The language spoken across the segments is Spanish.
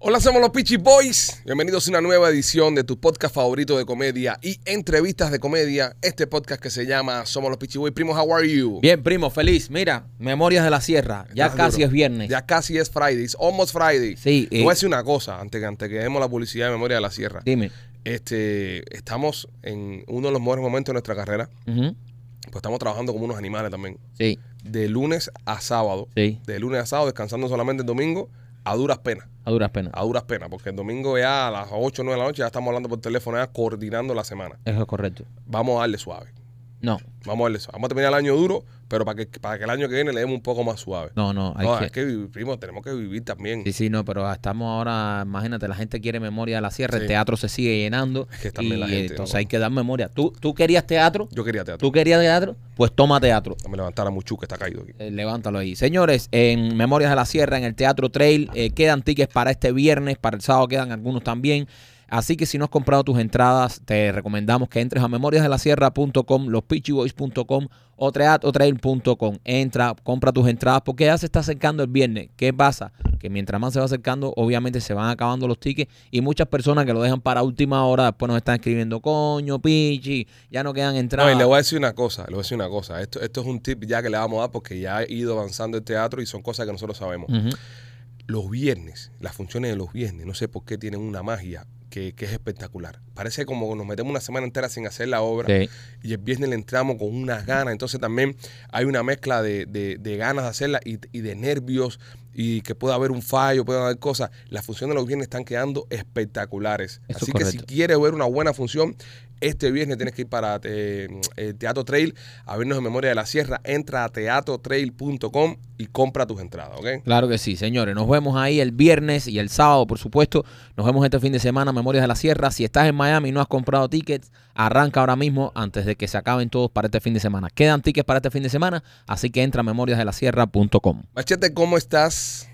Hola, somos los Peachy Boys. Bienvenidos a una nueva edición de tu podcast favorito de comedia y entrevistas de comedia. Este podcast que se llama Somos los Peachy Boys. Primo, how are you? Bien, primo, feliz. Mira, Memorias de la Sierra. Ya Estás casi duro. es viernes. Ya casi es Friday. It's almost Friday. Sí, Te eh. Voy a decir una cosa antes que, antes que demos la publicidad de Memoria de la Sierra. Dime. Este, estamos en uno de los mejores momentos de nuestra carrera. Ujú. Pues estamos trabajando como unos animales también. Sí, De lunes a sábado. sí, De lunes a sábado, descansando solamente el domingo, a duras penas. a duras penas. A duras penas, porque el domingo ya a las 8 o 9 de la noche ya estamos hablando por teléfono, ya coordinando la semana. Eso es correcto. Vamos a darle suave. No, Vamos a darle suave. Vamos a terminar el año duro, pero para que, para que el año que viene le demos un poco más suave. no, no. Hay No, que... es que vivir, primo, tenemos que vivir también. Sí, sí, no, pero estamos ahora, imagínate, la gente quiere memoria de la sierra, Sí. el teatro se sigue llenando. Es que y también la gente, entonces ¿no? hay que dar memoria. ¿Tú, tú querías teatro, Yo quería teatro. tú querías teatro, pues toma teatro. Me levantara Muchu, que está caído aquí. Eh, Levántalo ahí. Señores, en Memorias de la Sierra, en el Teatro Trail, eh, quedan tickets para este viernes, para el sábado quedan algunos también. Así que si no has comprado tus entradas, te recomendamos que entres a memoriasdelasierra.com, lospitchyboys.com o teatrotrail.com. Entra, compra tus entradas porque ya se está acercando el viernes. ¿Qué pasa? Que mientras más se va acercando, obviamente se van acabando los tickets y muchas personas que lo dejan para última hora después nos están escribiendo, coño, pichi, ya no quedan No, entradas. y le voy a decir una cosa, le voy a decir una cosa. Esto, esto es un tip ya que le vamos a dar porque ya he ido avanzando el teatro y son cosas que nosotros sabemos. Ujú. Los viernes, las funciones de los viernes, no sé por qué tienen una magia que, que es espectacular. Parece como nos metemos una semana entera sin hacer la obra. Sí. y el viernes le entramos con unas ganas. Entonces también hay una mezcla de, de- de ganas de hacerla y, y de nervios y que pueda haber un fallo, pueden haber cosas. Las funciones de los viernes están quedando espectaculares. Eso es Así que si correcto. quieres ver una buena función, este viernes tienes que ir para eh, eh, Teatro Trail a vernos en Memoria de la Sierra. Entra a teatrotrail.com y compra tus entradas, ¿ok? Claro que sí, señores. Nos vemos ahí el viernes y el sábado, por supuesto. Nos vemos este fin de semana, Memorias de la Sierra. Si estás en Miami y no has comprado tickets, arranca ahora mismo antes de que se acaben todos para este fin de semana. Quedan tickets para este fin de semana, así que entra a memoriasdelasierra.com. Machete, ¿cómo estás?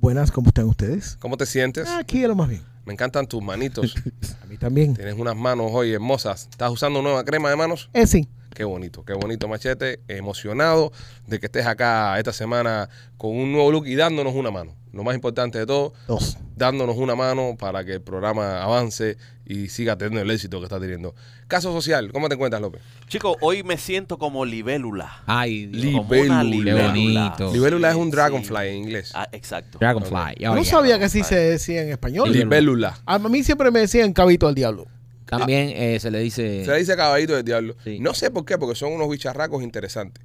Buenas, ¿cómo están ustedes? ¿Cómo te sientes? Aquí a lo más bien. Me encantan tus manitos. A mí también. Tienes unas manos hoy hermosas. ¿Estás usando nueva crema de manos? Eh, sí. Qué bonito, qué bonito, Machete. Emocionado de que estés acá esta semana con un nuevo look y dándonos una mano. Lo más importante de todo, Dos. dándonos una mano para que el programa avance y siga teniendo el éxito que está teniendo. Caso social, ¿cómo te encuentras, López? Chico, hoy me siento como libélula. Ay, Dios. Li- Como una Libélula. Bonito. Libélula es Sí, un sí. dragonfly en inglés. Ah, exacto. Dragonfly. Yo Oh, no yeah. sabía que así se decía en español. Libélula. A mí siempre me decían cabito al diablo. También eh, se le dice. Se le dice caballito del diablo. Sí. No sé por qué, porque son unos bicharracos interesantes.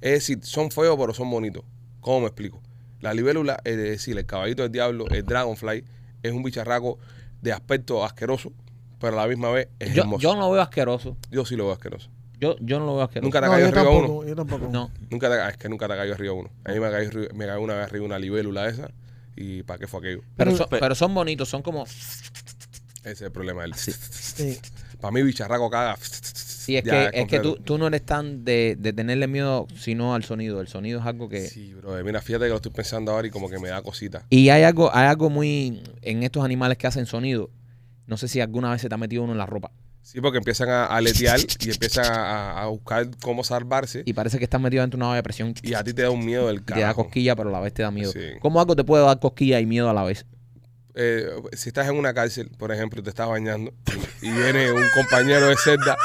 Es decir, son feos, pero son bonitos. ¿Cómo me explico? La libélula, es decir, el caballito del diablo, el dragonfly, es un bicharraco de aspecto asqueroso, pero a la misma vez es yo, hermoso. yo Yo, no lo veo asqueroso. sí lo veo asqueroso. Yo, yo no lo veo asqueroso. Nunca te ha No, caído yo arriba tampoco, uno. yo tampoco. No. Nunca te, es que nunca te ha caído arriba uno. A mí me cayó, arri- me cayó una vez arriba una libélula esa. ¿Y para qué fue aquello? Pero Pero- son, pero son bonitos, son como. Ese es el problema. del- Sí. Para mí, bicharraco caga. Sí, es que, es que tú, tú no eres tan de, de tenerle miedo, sino al sonido. El sonido es algo que. Sí, bro. Mira, fíjate que lo estoy pensando ahora y como que me da cosita. Y hay algo, hay algo muy en estos animales que hacen sonido. No sé si alguna vez se te ha metido uno en la ropa Sí, porque empiezan a aletear y empiezan a, a- a buscar cómo salvarse y parece que estás metido dentro de una olla de presión y y a ti te da un miedo del te da carajo. cosquilla, pero a la vez te da miedo. Sí. ¿Cómo algo te puede dar cosquilla y miedo a la vez? Eh, si estás en una cárcel, por ejemplo, y te estás bañando y viene un compañero de celda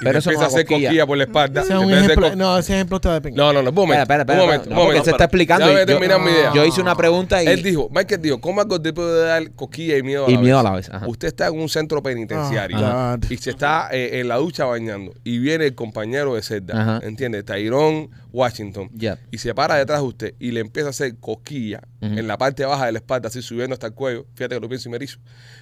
y Pero te eso empieza no a da hacer cosquilla. cosquilla por la espalda. Ese es un te empieza a hacer ejemplo. co- No, ese ejemplo está de pinga. no, no, no, un momento, Espera, espera, espera, un momento, no, un momento. porque se está explicando Déjame y yo- terminar mi idea. Yo hice una pregunta y, Él dijo, Michael dijo, ¿cómo algo te puede dar cosquilla y miedo a la y miedo a vez? la vez. Ajá. Usted está en un centro penitenciario Ah, God. y se está eh, en la ducha bañando y viene el compañero de celda, Ajá. ¿entiendes? Tyrone Washington. Ya. y se para detrás de usted y le empieza a hacer cosquilla Ujú. en la parte baja de la espalda, así subiendo hasta el cuello, fíjate que lo pienso y me erizo.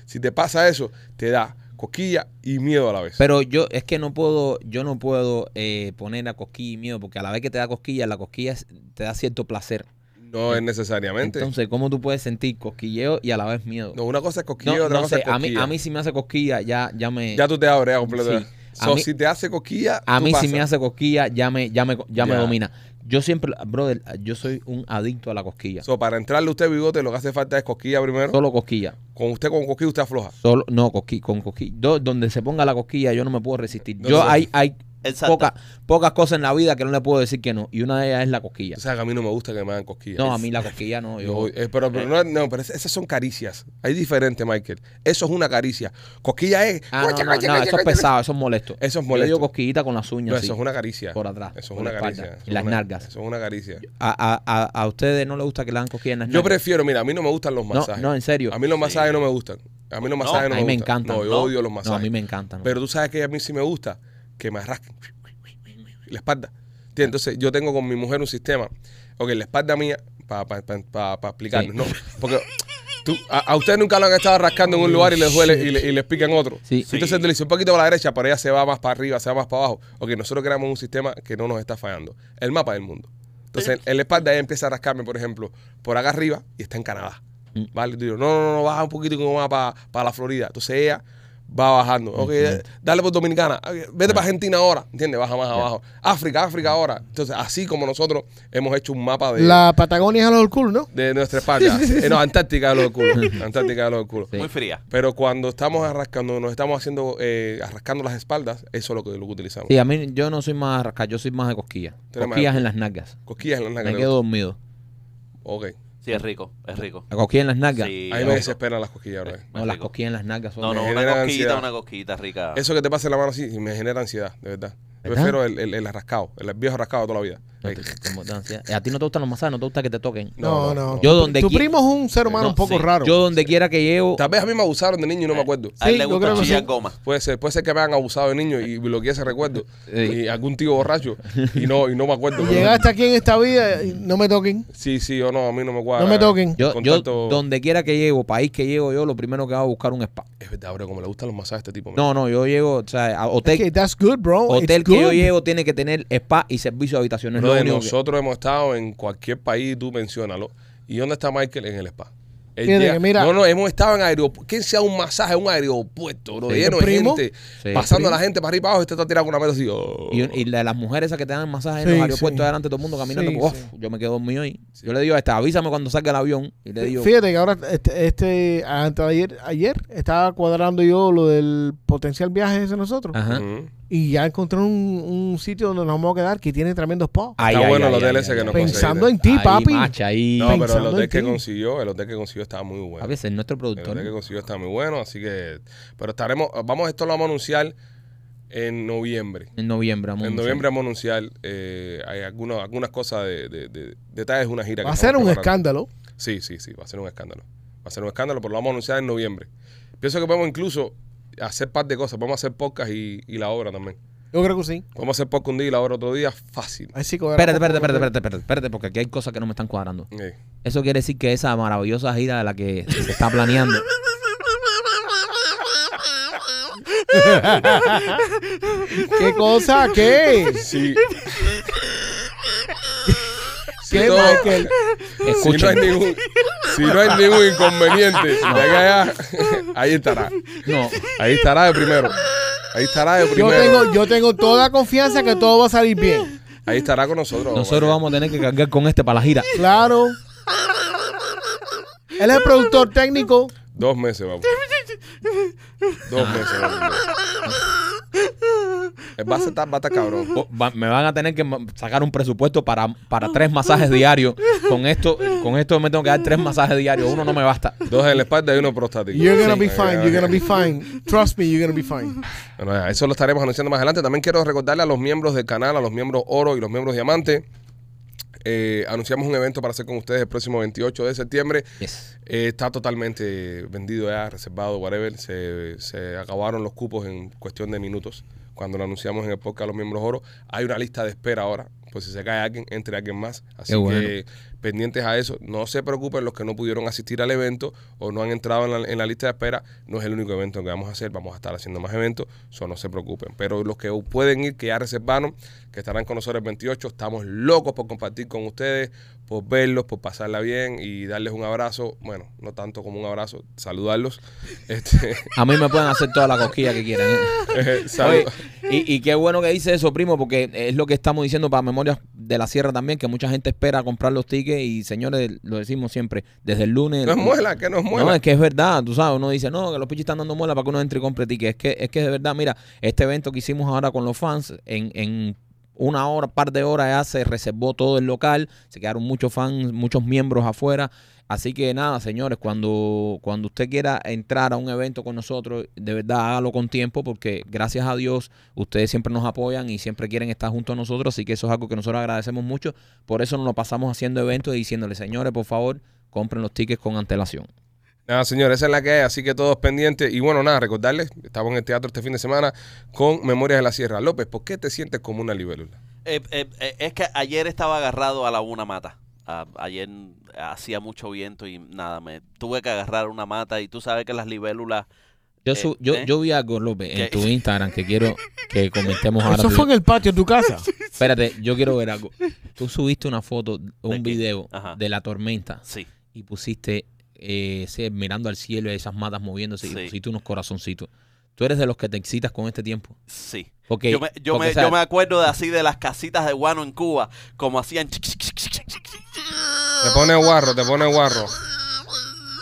Si te pasa eso, te da cosquilla y miedo a la vez. Pero yo es que no puedo, yo no puedo eh, poner a cosquilla y miedo porque a la vez que te da cosquilla, la cosquilla es- te da cierto placer. no es necesariamente. Entonces, ¿cómo tú puedes sentir cosquilleo y a la vez miedo? no, una cosa es cosquilla No, y otra no cosa sé, es a mí, cosquilla. a mí si me hace cosquilla, ya, ya me. ya tú te abres completamente. Sí. A So, mí- si te hace cosquilla, A tú mí si pasas. me hace cosquilla, ya me, ya me, ya me Ya. domina. Yo siempre, brother, yo soy un adicto a la cosquilla. So, para entrarle a usted bigote, lo que hace falta es cosquilla primero. Solo cosquilla. Con usted con cosquilla, usted afloja. Solo, no, cosquilla, con cosquilla. Do- donde se ponga la cosquilla, yo no me puedo resistir. No, yo no, no. hay, hay Exacto. Poca- pocas cosas en la vida que no le puedo decir que no. Y una de ellas es la cosquilla. O sea, que a mí no me gusta que me hagan cosquillas. No, a mí la cosquilla no. Yo- Yo, eh, pero, pero no, no, pero es- esas son caricias. Hay diferente, Michael. Eso es una caricia. Cosquilla es. Ah, no, no, no, eso es pesado, eso es molesto. Eso es Yo molesto. digo cosquillita con las uñas. No, así. eso es una caricia. Por atrás, Eso por es una la espalda, caricia. y Eso es las una- nalgas. Eso es una caricia. a, a, a, a ustedes no les gusta que le hagan cosquillas en las Yo nalgas? prefiero, mira, a mí no me gustan los No, masajes. no, en serio. A mí los masajes no me gustan. A mí los masajes no, a mí me gustan. encantan. No, yo No. odio los No, a masajes. mí me encantan. Pero tú sabes que a mí sí me gusta que me arrasquen la espalda. ¿Entiendes? Entonces, yo tengo con mi mujer un sistema. Ok, la espalda mía, para pa, pa, pa- pa explicarnos, Sí. ¿no? Porque tú- a, a ustedes nunca lo han estado rascando en un lugar y les duele y, le- y les pican otro. Sí. Entonces, Sí. tú le dices un poquito para la derecha, pero ella se va más para arriba, se va más para abajo. Ok, nosotros creamos un sistema que no nos está fallando. El mapa del mundo. Entonces, en la espalda ella empieza a rascarme, por ejemplo, por acá arriba y está en Canadá. Mm. ¿Vale? Yo digo, no, no, no, baja un poquito como va para la Florida. Entonces ella va bajando. Ok, dale por Dominicana. Ok, Vete para Argentina ahora. ¿Entiendes? Baja más abajo. África, África ahora. Entonces, así como nosotros hemos hecho un mapa de, La Patagonia es a los del culo, ¿no? de nuestra espalda. Eh, no, Antártica de los culos. Antártica de los culos. Sí. Muy fría. Pero cuando estamos arrascando, nos estamos haciendo, eh, arrascando las espaldas, eso es lo que, lo que utilizamos. Sí, a mí yo no soy más de rascar, yo soy más de cosquillas. eres más Cosquillas de- en las nalgas. Cosquillas en las Me nalgas. quedo dormido. Ok. Sí, es rico, es rico. La cosquilla en las nalgas. Sí, A mí me es rico. desesperan las cosquillas, bro. No, las cosquillas en las nalgas son. No, no, Me una genera cosquillita, ansiedad. una cosquillita rica. Eso que te pasa en la mano así me genera ansiedad, de verdad. Yo ¿Verdad? prefiero el, el, el arrascado, el viejo arrascado de toda la vida. no te- como te da ansiedad. A ti no te gustan los masajes, no te gusta que te toquen. No, no, No, no. no. Yo donde tu qui- primo es un ser humano No, un poco sí. raro. Yo donde quiera que llevo. Tal vez a mí me abusaron de niño y no me acuerdo. A él Sí, le yo gusta creo que chillar sí. goma. Puede ser, puede ser que me hayan abusado de niño y bloqueé ese recuerdo. Sí. Y algún tío borracho. Y no, y no me acuerdo. Y pero- llegaste aquí en esta vida y no me toquen. Sí, sí, yo no, a mí no me cuadra. No me toquen. Yo, Con yo tanto- donde quiera que llego, país que llego yo, lo primero que hago es buscar un spa. Es verdad, bro, como le gustan los masajes a este tipo. man. No, no, yo llego, o sea, a hotel, Es que that's good, bro. It's hotel que yo good. llevo tiene que tener spa y servicio de habitación. Es lo Brother, único que- nosotros hemos estado en cualquier país, tú menciónalo. ¿Y dónde está Michael? En el spa. Él Fíjate llega- que mira- no, no, hemos estado en aeropuerto. ¿Quién sea un masaje en un aeropuerto, bro? Sí. lleno de ¿El primo? gente, Sí. pasando a la gente para arriba y para abajo, y usted está tirando una mesa así. oh. Y, un- y la- las mujeres esas que te dan masajes en Sí, los aeropuertos sí. delante de todo el mundo caminando, Sí, pues, sí. uf, yo me quedo dormido ahí. Yo le digo a esta, avísame cuando salga el avión. Y le digo, Fíjate que ahora, este, este, antes de ayer, ayer estaba cuadrando yo lo del potencial viaje ese de nosotros. ajá. Ujú. Y ya encontré un, un sitio donde nos vamos a quedar que tiene tremendos spa. Ay, Está ay, bueno ay, el ay, hotel ay, ese ay, que nos ay. Pensando en ti, Ahí, papi. macha, ahí. No, pero el pensando hotel en que ti. consiguió, el hotel que consiguió estaba muy bueno. a veces nuestro El hotel que productor. consiguió estaba muy bueno, así que. Pero estaremos. Vamos, esto lo vamos a anunciar en noviembre. En noviembre, amor. Mm, En noviembre vamos a anunciar eh, hay algunos, algunas cosas de, de- de- detalles de una gira. que Va a estamos ser un preparando. escándalo. Sí, sí, sí, va a ser un escándalo. Va a ser un escándalo, pero lo vamos a anunciar en noviembre. Pienso que podemos incluso hacer par de cosas. Vamos a hacer podcast y, y la obra también. Yo creo que sí. Vamos a hacer podcast un día y la obra otro día, fácil. Ahí sí cuadramos Espérate, espérate, con- espérate, espérate, espérate, espérate, porque aquí hay cosas que no me están cuadrando. Eh, Eso quiere decir que esa maravillosa gira de la que se está planeando. ¿Qué cosa? ¿Qué? Sí. Sí, ¿Qué, todo- Michael? Si no, Escuchen. hay ningún, si no hay ningún inconveniente, de acá a allá, ahí estará. No, Ahí estará de primero. Ahí estará de Yo primero. tengo, yo tengo toda confianza que todo va a salir bien. Ahí estará con nosotros. nosotros vamos a tener que cargar con este para la gira. Claro. Él es el productor técnico. Dos meses, vamos. Dos meses, vamos. Eh, Va a estar, va a estar cabrón. O- va- me van a tener que ma- sacar un presupuesto para, para tres masajes diarios. Con esto, con esto me tengo que dar tres masajes diarios. Uno no me basta. Dos en la espalda y uno prostático. You're gonna Sí. eh, be fine, you're gonna be fine. Trust me, you're gonna be fine. Bueno, ya, eso lo estaremos anunciando más adelante. También quiero recordarle a los miembros del canal, a los miembros oro y los miembros diamante. eh, anunciamos un evento para hacer con ustedes el próximo 28 de septiembre. Yes. Eh, está totalmente vendido ya, reservado, whatever. Se, se acabaron los cupos en cuestión de minutos. Cuando lo anunciamos en el podcast Los Miembros Oro, hay una lista de espera ahora. Pues si se cae alguien, entre alguien más. Así Qué bueno. que pendientes a eso. No se preocupen los que no pudieron asistir al evento o no han entrado en la, en la lista de espera. No es el único evento que vamos a hacer. Vamos a estar haciendo más eventos. Eso no se preocupen. Pero los que pueden ir, que ya reservaron, que estarán con nosotros el 28, estamos locos por compartir con ustedes, por verlos, por pasarla bien y darles un abrazo. Bueno, no tanto como un abrazo, saludarlos. Este, A mí me pueden hacer toda la cosquilla que quieran. ¿eh? eh, salu- Oye, y, y qué bueno que dice eso, primo, porque es lo que estamos diciendo para Memorias de la sierra también, que mucha gente espera comprar los tickets y señores, lo decimos siempre, desde el lunes... No es muela, que no es muela. No, es que es verdad, tú sabes, uno dice, no, que los pichis están dando muela para que uno entre y compre tickets. Es que es que de verdad, mira, este evento que hicimos ahora con los fans, en, en una hora, par de horas ya se reservó todo el local, se quedaron muchos fans, muchos miembros afuera. Así que nada, señores, cuando, cuando usted quiera entrar a un evento con nosotros, de verdad hágalo con tiempo porque gracias a Dios ustedes siempre nos apoyan y siempre quieren estar junto a nosotros, así que eso es algo que nosotros agradecemos mucho. Por eso nos lo pasamos haciendo eventos y diciéndole, señores, por favor, compren los tickets con antelación. Nada, señores, esa es la que hay, así que todos pendientes. Y bueno, nada, recordarles, estamos en el teatro este fin de semana con Memorias de la Sierra. López, ¿por qué te sientes como una libélula? Eh, eh, eh, es que ayer estaba agarrado a la una mata. A- ayer hacía mucho viento y nada, me tuve que agarrar una mata y tú sabes que las libélulas... Yo, Eh, su- yo, ¿eh? yo vi algo, López, en ¿Qué? tu Instagram que quiero que comentemos ahora. Eso tú- fue en el patio de tu casa. Espérate, yo quiero ver algo. Tú subiste una foto, un qué? video Ajá. de la tormenta Sí, y pusiste eh, ese- mirando al cielo esas matas moviéndose Sí. y pusiste unos corazoncitos. Tú eres de los que te excitas con este tiempo. sí. Porque, Yo, me, yo, porque, me, ¿sabes? yo me acuerdo de así de las casitas de guano en Cuba, como hacían... chic, chic, chic, chic, chic, chic, chic. Te pone guarro, te pone guarro.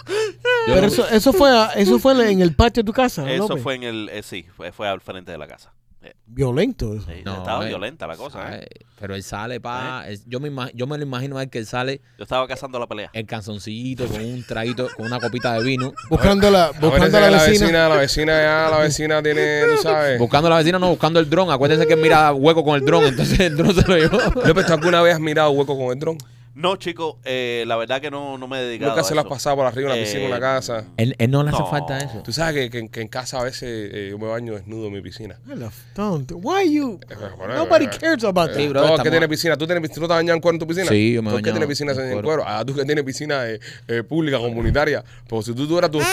Yo Pero no- eso, eso fue a- eso fue en el patio de tu casa. Eso López. fue en el... eh, sí, fue, fue al frente de la casa. Eh, violento. eso. eh, No, estaba eh, violenta la cosa, ¿eh? ¿sabes? Pero él sale, pa. él- yo, me ima- yo me lo imagino a él que él sale Yo estaba cazando la pelea. el canzoncillito con un traguito, con una copita de vino. Buscando la, A ver, buscando esa a que la la vecina. vecina, la vecina ya, la vecina tiene, tú sabes. Buscando a la vecina, no, buscando el dron. Acuérdense que él mira hueco con el dron, entonces el dron se lo llevó. López, ¿tú alguna vez has mirado hueco con el dron? No, chico, eh, la verdad que no, no me he dedicado Nunca a se las eso. pasado por arriba, en la piscina, en la Eh, casa. Él, él no le hace No. falta eso. Tú sabes que, que- que en casa a veces eh, yo me baño desnudo en mi piscina. I love- don't- Why you? Eh, bueno, Nobody eh, cares about Sí, that. Todo el bro, estamos- que tiene piscina, ¿tú, tienes, piscina? ¿tú no te has bañado en cuero en tu piscina? Sí, yo me he ¿Tú el que bañado tiene piscina se en baña en cuero. cuero? Ah, tú que tienes piscina eh, eh, pública, comunitaria. Pero si tú tuvieras tu, tu,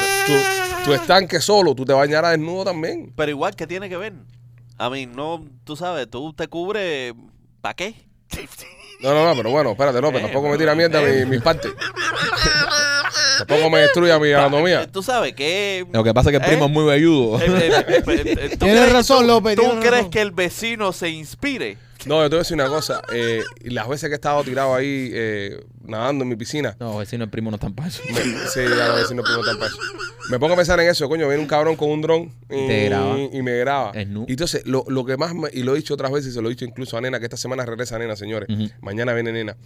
tu estanque solo, tú te bañarás desnudo también. Pero igual, ¿qué tiene que ver? A mí, no, tú sabes, tú te cubres, ¿para qué? No, no, no, pero bueno, espérate, López, Eh, tampoco me pero- tira mierda mi- eh. mis partes. tampoco me destruya mi anatomía. Eh, Tú sabes que... Lo que pasa es que el ¿Eh? primo es muy velludo. Eh, eh, eh, eh, eh, Tienes ¿tú crees- razón, tú- López, ¿Tú tienes crees razón. que el vecino se inspire? No, yo te voy a decir una cosa. eh, las veces que he estado tirado ahí eh, nadando en mi piscina, No, vecino, el primo no está en paz. me, sí, ya no, no puedo tan paso. Me pongo a pensar en eso, coño, viene un cabrón con un dron y, Te graba. y me graba. Es nu. Y entonces, lo, lo que más, me- y lo he dicho otras veces, y se lo he dicho incluso a Nena, que esta semana regresa Nena, señores. Ujú. Mañana viene Nena.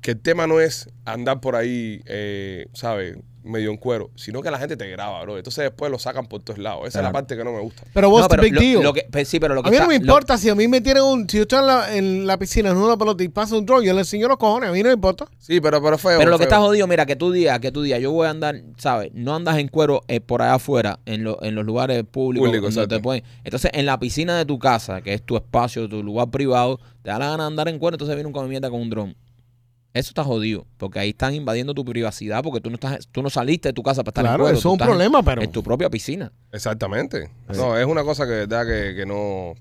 Que el tema no es andar por ahí, eh, ¿sabes? Medio en cuero, sino que la gente te graba, bro. Entonces después lo sacan por todos lados. Esa es Claro. la parte que no me gusta. Pero vos, No, pero big lo- deal. lo que- pe- sí, pero lo que a mí no está- me lo- importa si a mí me tienen un. Si yo estoy en la, en la piscina en una pelota y pasa un drone, yo le enseño los cojones. A mí no me importa. Sí, pero, pero feo. pero lo que feo. está jodido, mira, que tú digas, que tú digas, yo voy a andar, ¿sabes? No andas en cuero eh, por allá afuera, en, lo- en los lugares públicos. Público, donde te exacto. pueden- Entonces, en la piscina de tu casa, que es tu espacio, tu lugar privado, te da la gana de andar en cuero, entonces viene un comimienta con un dron. Eso está jodido, porque ahí están invadiendo tu privacidad, porque tú no estás, tú no saliste de tu casa para estar en Claro, cuero. eso tú es un estás en- problema, pero. En tu propia piscina. Exactamente. No, es una cosa que de verdad que, que no.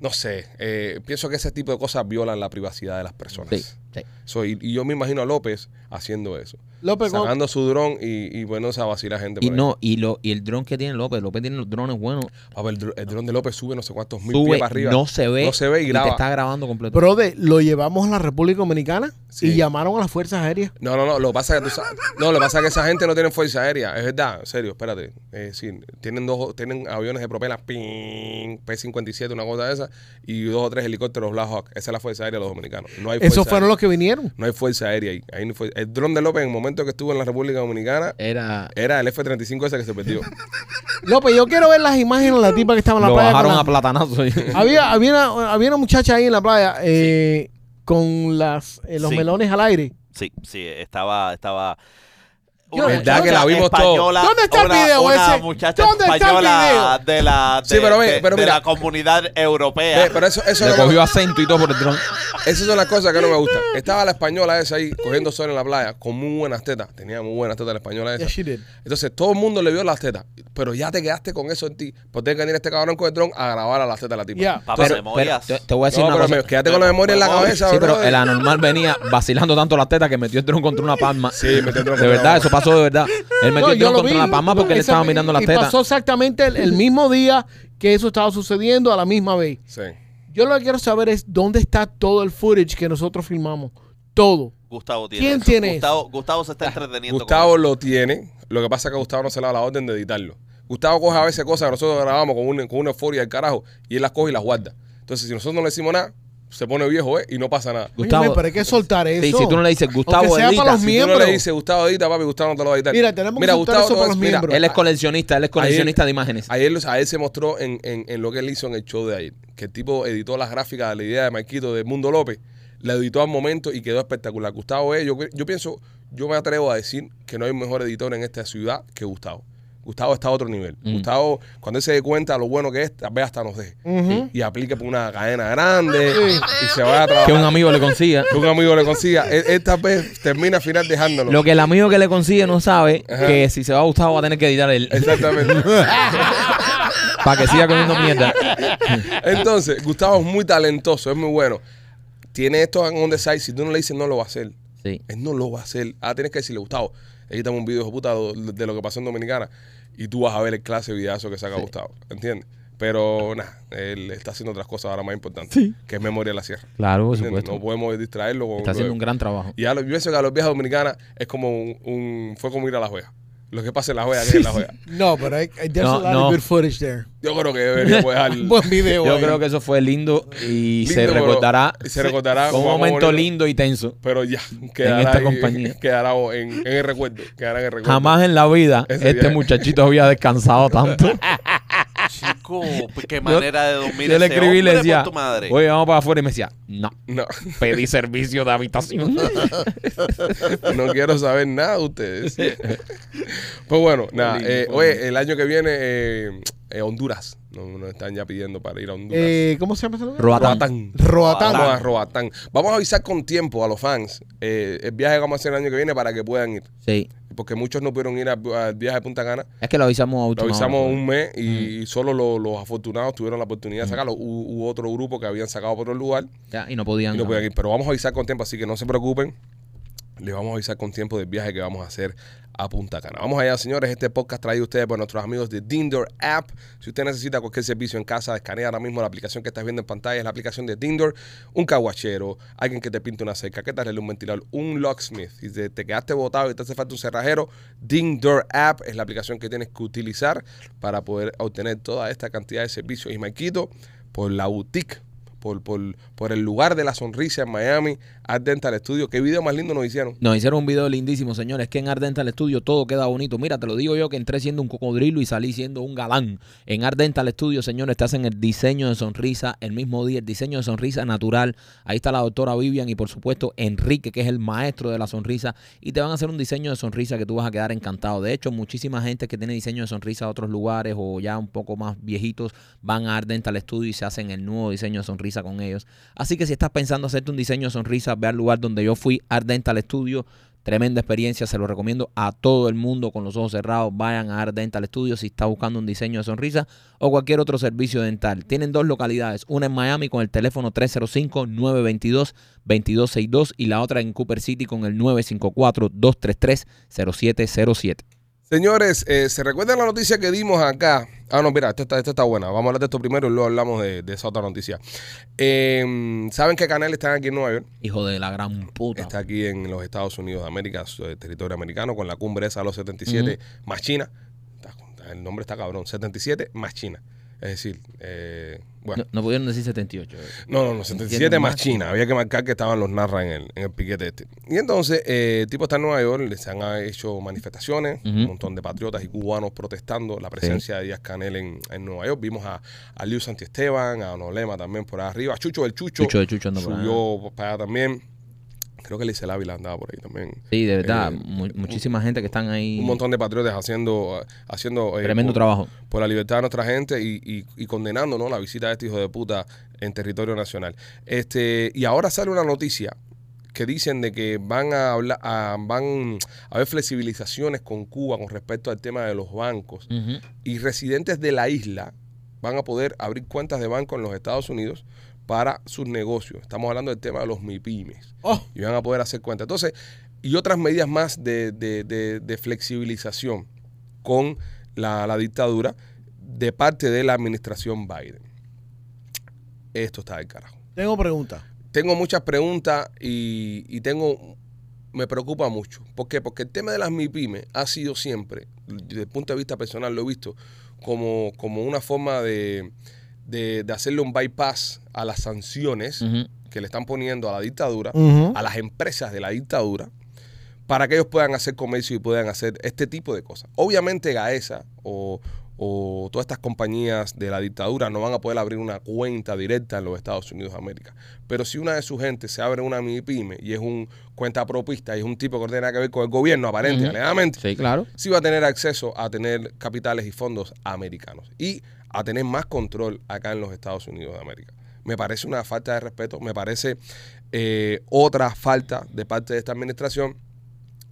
No sé. Eh, pienso que ese tipo de cosas violan la privacidad de las personas. Sí, sí. So, y, y yo me imagino a López haciendo eso. López, ¿cómo- sacando su dron y, y bueno, se vacila gente. Y por ahí. no, y lo, y el dron que tiene López, López tiene los drones buenos. Papá, el, dr- el dron de López sube no sé cuántos mil pies Sube, para arriba. no se ve. No se ve y graba. te está grabando completo. Brother, lo llevamos a la República Dominicana Sí. y llamaron a las Fuerzas Aéreas. No, no, no. Lo que pasa es que tú sa- No, lo que pasa es que esa gente no tiene fuerza aérea. Es verdad, en serio, espérate. Eh, sí, tienen dos, tienen aviones de propelas, ping, P-57, una cosa de esa, y dos o tres helicópteros Black Hawk. Esa es la fuerza aérea de los dominicanos. No hay Esos fuerza fueron aérea. los que vinieron. No hay fuerza aérea ahí. ahí no fue- El dron de López, en el momento que estuvo en la República Dominicana, Era. era el F-35 ese que se perdió. López, pues yo quiero ver las imágenes de la tipa que estaba en la Lo playa. con bajaron la- a platanazo. había, había, una, había una muchacha ahí en la playa eh, con las, eh, los Sí. melones al aire. Sí, sí, estaba, estaba... Yo- ¿Verdad que la vimos todos? española, ¿Dónde está el una- video una ese? muchacha ¿Dónde está el española de la, de, Sí, pero ve, de- pero de mira. la comunidad europea. Eh, pero eso, eso Le no me- cogió acento y todo por el dron. Esas son las cosas que no me gustan. Estaba la española esa ahí cogiendo sol en la playa con muy buenas tetas. Tenía muy buenas tetas la española esa. Yeah, she did. Entonces todo el mundo le vio las tetas, pero ya te quedaste con eso en ti. Pues tiene que venir este cabrón con el dron a grabar a las tetas de la tipa. Yeah. Papá, Pero, pero memorias. te, te voy a decir No, una pero cosa. me- quédate con la memoria en la Memoria. cabeza, Sí, pero brother. el anormal venía vacilando tanto las tetas que metió el dron contra una palma. Sí, metió el dron De contra verdad, una eso pasó de verdad. Él metió No, el yo dron lo contra vi. una palma porque él Esa- estaba mirando las y tetas. pasó exactamente el, el mismo día que eso estaba sucediendo a la misma vez. Sí. Yo lo que quiero saber es dónde está todo el footage que nosotros filmamos. Todo. Gustavo tiene. ¿Quién eso. tiene Gustavo, Gustavo se está entreteniendo. con Gustavo eso. lo tiene. Lo que pasa es que Gustavo no se le da la orden de editarlo. Gustavo coge a veces cosas que nosotros grabamos con, un- con una euforia del carajo y él las coge y las guarda. Entonces, si nosotros no le decimos nada, se pone viejo, ¿eh? Y no pasa nada. Gustavo- Oye, pero hay que soltar eso. Sí, si tú no le dices Gustavo sea para edita, los Si si- tú no Miembro. le dices, Gustavo edita, papi, Gustavo no te lo va a editar. Mira, tenemos que soltar eso no para es- los miembros. él es coleccionista, él es coleccionista de imágenes. Ayer, los- a él se mostró en, en- en lo que él hizo en el show de ayer, que el tipo editó las gráficas de la idea de Marquito de Mundo López, la editó al momento y quedó espectacular. Gustavo es, yo, yo pienso, yo me atrevo a decir que no hay mejor editor en esta ciudad que Gustavo. Gustavo está a otro nivel. Gustavo, cuando él se dé cuenta lo bueno que es, tal vez hasta nos deje. Ujú. Y aplique por una cadena grande y se vaya a trabajar. Que un amigo le consiga. Que un amigo le consiga. Él- Esta vez termina al final dejándolo. Lo que el amigo que le consigue no sabe que si se va a Gustavo va a tener que editar él. Exactamente. Para que siga comiendo mierda. Entonces, Gustavo es muy talentoso, es muy bueno. Tiene esto en on the side. Si tú no le dices, no lo va a hacer. Sí. Él no lo va a hacer. Ah, tienes que decirle, Gustavo, edítame un video hijo de puta do- de lo que pasó en Dominicana. Y tú vas a ver el clase de videazo que saca Gustavo. ¿Entiendes? Pero nada, él está haciendo otras cosas ahora más importantes. Que es Memoria de la Sierra. Claro, por ¿Entiendes? No supuesto. podemos distraerlo con Está lo haciendo de- un gran trabajo. Y a los, yo pienso que a los viajes dominicanas es como un, un- Fue como ir a la juega. Lo que pasa en la juega, que es en la juega. No, pero hay, hay- there's No, a lot no. of good footage there. Yo creo que deberíamos dejar. Buen video. Yo ahí. creo que eso fue lindo y Lindo, se pero- recordará. y se recordará Con un como algo momento bonito. lindo y tenso. Pero ya, quedará, esta ahí- compañía. quedará en, en el recuerdo. Quedará en el recuerdo. Jamás en la vida Ese este día. muchachito había descansado tanto. Chico, pues, qué manera de dormir. Yo le ese escribí y le hombre, por decía, tu madre. oye, vamos para afuera. Y me decía, no, No, pedí servicio de habitación. no quiero saber nada de ustedes. pues bueno, nada. lindo, eh, fue oye, el año que viene, eh, eh, Honduras. No- Nos están ya pidiendo para ir a Honduras. Eh, ¿Cómo se llama ese lugar? Roatán. Roatán. Roatán. Vamos a Roatán. Vamos a avisar con tiempo a los fans eh, el viaje que vamos a hacer el año que viene para que puedan ir. Sí. Porque muchos no pudieron ir al al viaje de Punta Cana. Es que lo avisamos a Lo última avisamos hora. un mes Mm. y, solo lo- los afortunados tuvieron la oportunidad de sacarlo. Hubo hubo otro grupo que habían sacado por otro lugar Ya, y no podían. y no podían ir. Pero vamos a avisar con tiempo, así que no se preocupen. Les vamos a avisar con tiempo del viaje que vamos a hacer a Punta Cana. Vamos allá, señores. Este podcast traído a ustedes por nuestros amigos de Dindor App. Si usted necesita cualquier servicio en casa, escanea ahora mismo la aplicación que estás viendo en pantalla. Es la aplicación de Dindor. Un caguachero, alguien que te pinte una cerca, que te arregle un ventilador, un locksmith. Si te, te quedaste botado y te hace falta un cerrajero, Dindor App es la aplicación que tienes que utilizar para poder obtener toda esta cantidad de servicios. Y Maquito, por la boutique por, por, por el lugar de la sonrisa en Miami, Art Dental Studio. Qué video más lindo nos hicieron. Nos hicieron un video lindísimo, señores, que en Ardental Studio todo queda bonito. Mira, te lo digo yo que entré siendo un cocodrilo y salí siendo un galán. En Ardental Studio, señores, te hacen el diseño de sonrisa el mismo día, el diseño de sonrisa natural. Ahí está la doctora Vivian y por supuesto Enrique, que es el maestro de la sonrisa. Y te van a hacer un diseño de sonrisa que tú vas a quedar encantado. De hecho, muchísima gente que tiene diseño de sonrisa de otros lugares o ya un poco más viejitos van a Ardental Studio y se hacen el nuevo diseño de sonrisa con ellos. Así que si estás pensando hacerte un diseño de sonrisa, ve al lugar donde yo fui, Ardental Studio. Tremenda experiencia, se lo recomiendo a todo el mundo con los ojos cerrados. Vayan a Art Dental Studio si está buscando un diseño de sonrisa o cualquier otro servicio dental. Tienen dos localidades, una en Miami con el teléfono 305-922-2262 y la otra en Cooper City con el 954-233-0707. Señores, eh, ¿se recuerdan la noticia que dimos acá? Ah, no, mira, esta está, esta está buena. Vamos a hablar de esto primero y luego hablamos de, de esa otra noticia. Eh, Saben que Canal está aquí en Nueva York. Hijo de la gran puta. Está aquí en los Estados Unidos de América, su- eh, territorio americano, con la cumbre esa de los 77 más China. Está- está- El nombre está cabrón. 77 más China. Es decir, eh, bueno. No, no pudieron decir 78. eh. No, no, no, 77 Entiendo más más. China. Había que marcar que estaban los narra en el, en el piquete este. Y entonces, eh, el tipo está en Nueva York, les han hecho manifestaciones, un Ujú. montón de patriotas y cubanos protestando la presencia de Díaz Canel en, en Nueva York. Vimos a, a Liu Santiesteban, a Nolema también por ahí arriba, a Chucho el Chucho. Chucho de Chucho anda por allá. subió para allá también. Creo que Lice Ávila andaba por ahí también. Sí, de verdad, Eh, mu- muchísima gente que están ahí. Un montón de patriotas haciendo, haciendo eh, por- Tremendo trabajo. por la libertad de nuestra gente y, y- y condenando ¿no? la visita de este hijo de puta en territorio nacional. Este, y ahora sale una noticia que dicen de que van a hablar, a- van a haber flexibilizaciones con Cuba con respecto al tema de los bancos Ujú. y residentes de la isla van a poder abrir cuentas de banco en los Estados Unidos para sus negocios. Estamos hablando del tema de los MIPIMES Oh, y van a poder hacer cuenta. Entonces, y otras medidas más de, de- de- de flexibilización con la, la dictadura de parte de la administración Biden. esto está del carajo. Tengo pregunta. Tengo muchas preguntas y, y tengo me preocupa mucho. ¿Por qué? Porque el tema de las MIPYME ha sido siempre, desde el punto de vista personal, lo he visto como, como una forma de, de- de hacerle un bypass a las sanciones Ujú. que le están poniendo a la dictadura, Ujú. a las empresas de la dictadura, para que ellos puedan hacer comercio y puedan hacer este tipo de cosas. Obviamente Gaesa o, o todas estas compañías de la dictadura no van a poder abrir una cuenta directa en los Estados Unidos de América. Pero si una de sus gentes se abre una mini pyme y es un cuenta propista y es un tipo que no tiene nada que ver con el gobierno, aparente, Ujú. alegadamente, Sí, claro. sí va a tener acceso a tener capitales y fondos americanos y a tener más control acá en los Estados Unidos de América. Me parece una falta de respeto, me parece eh, otra falta de parte de esta administración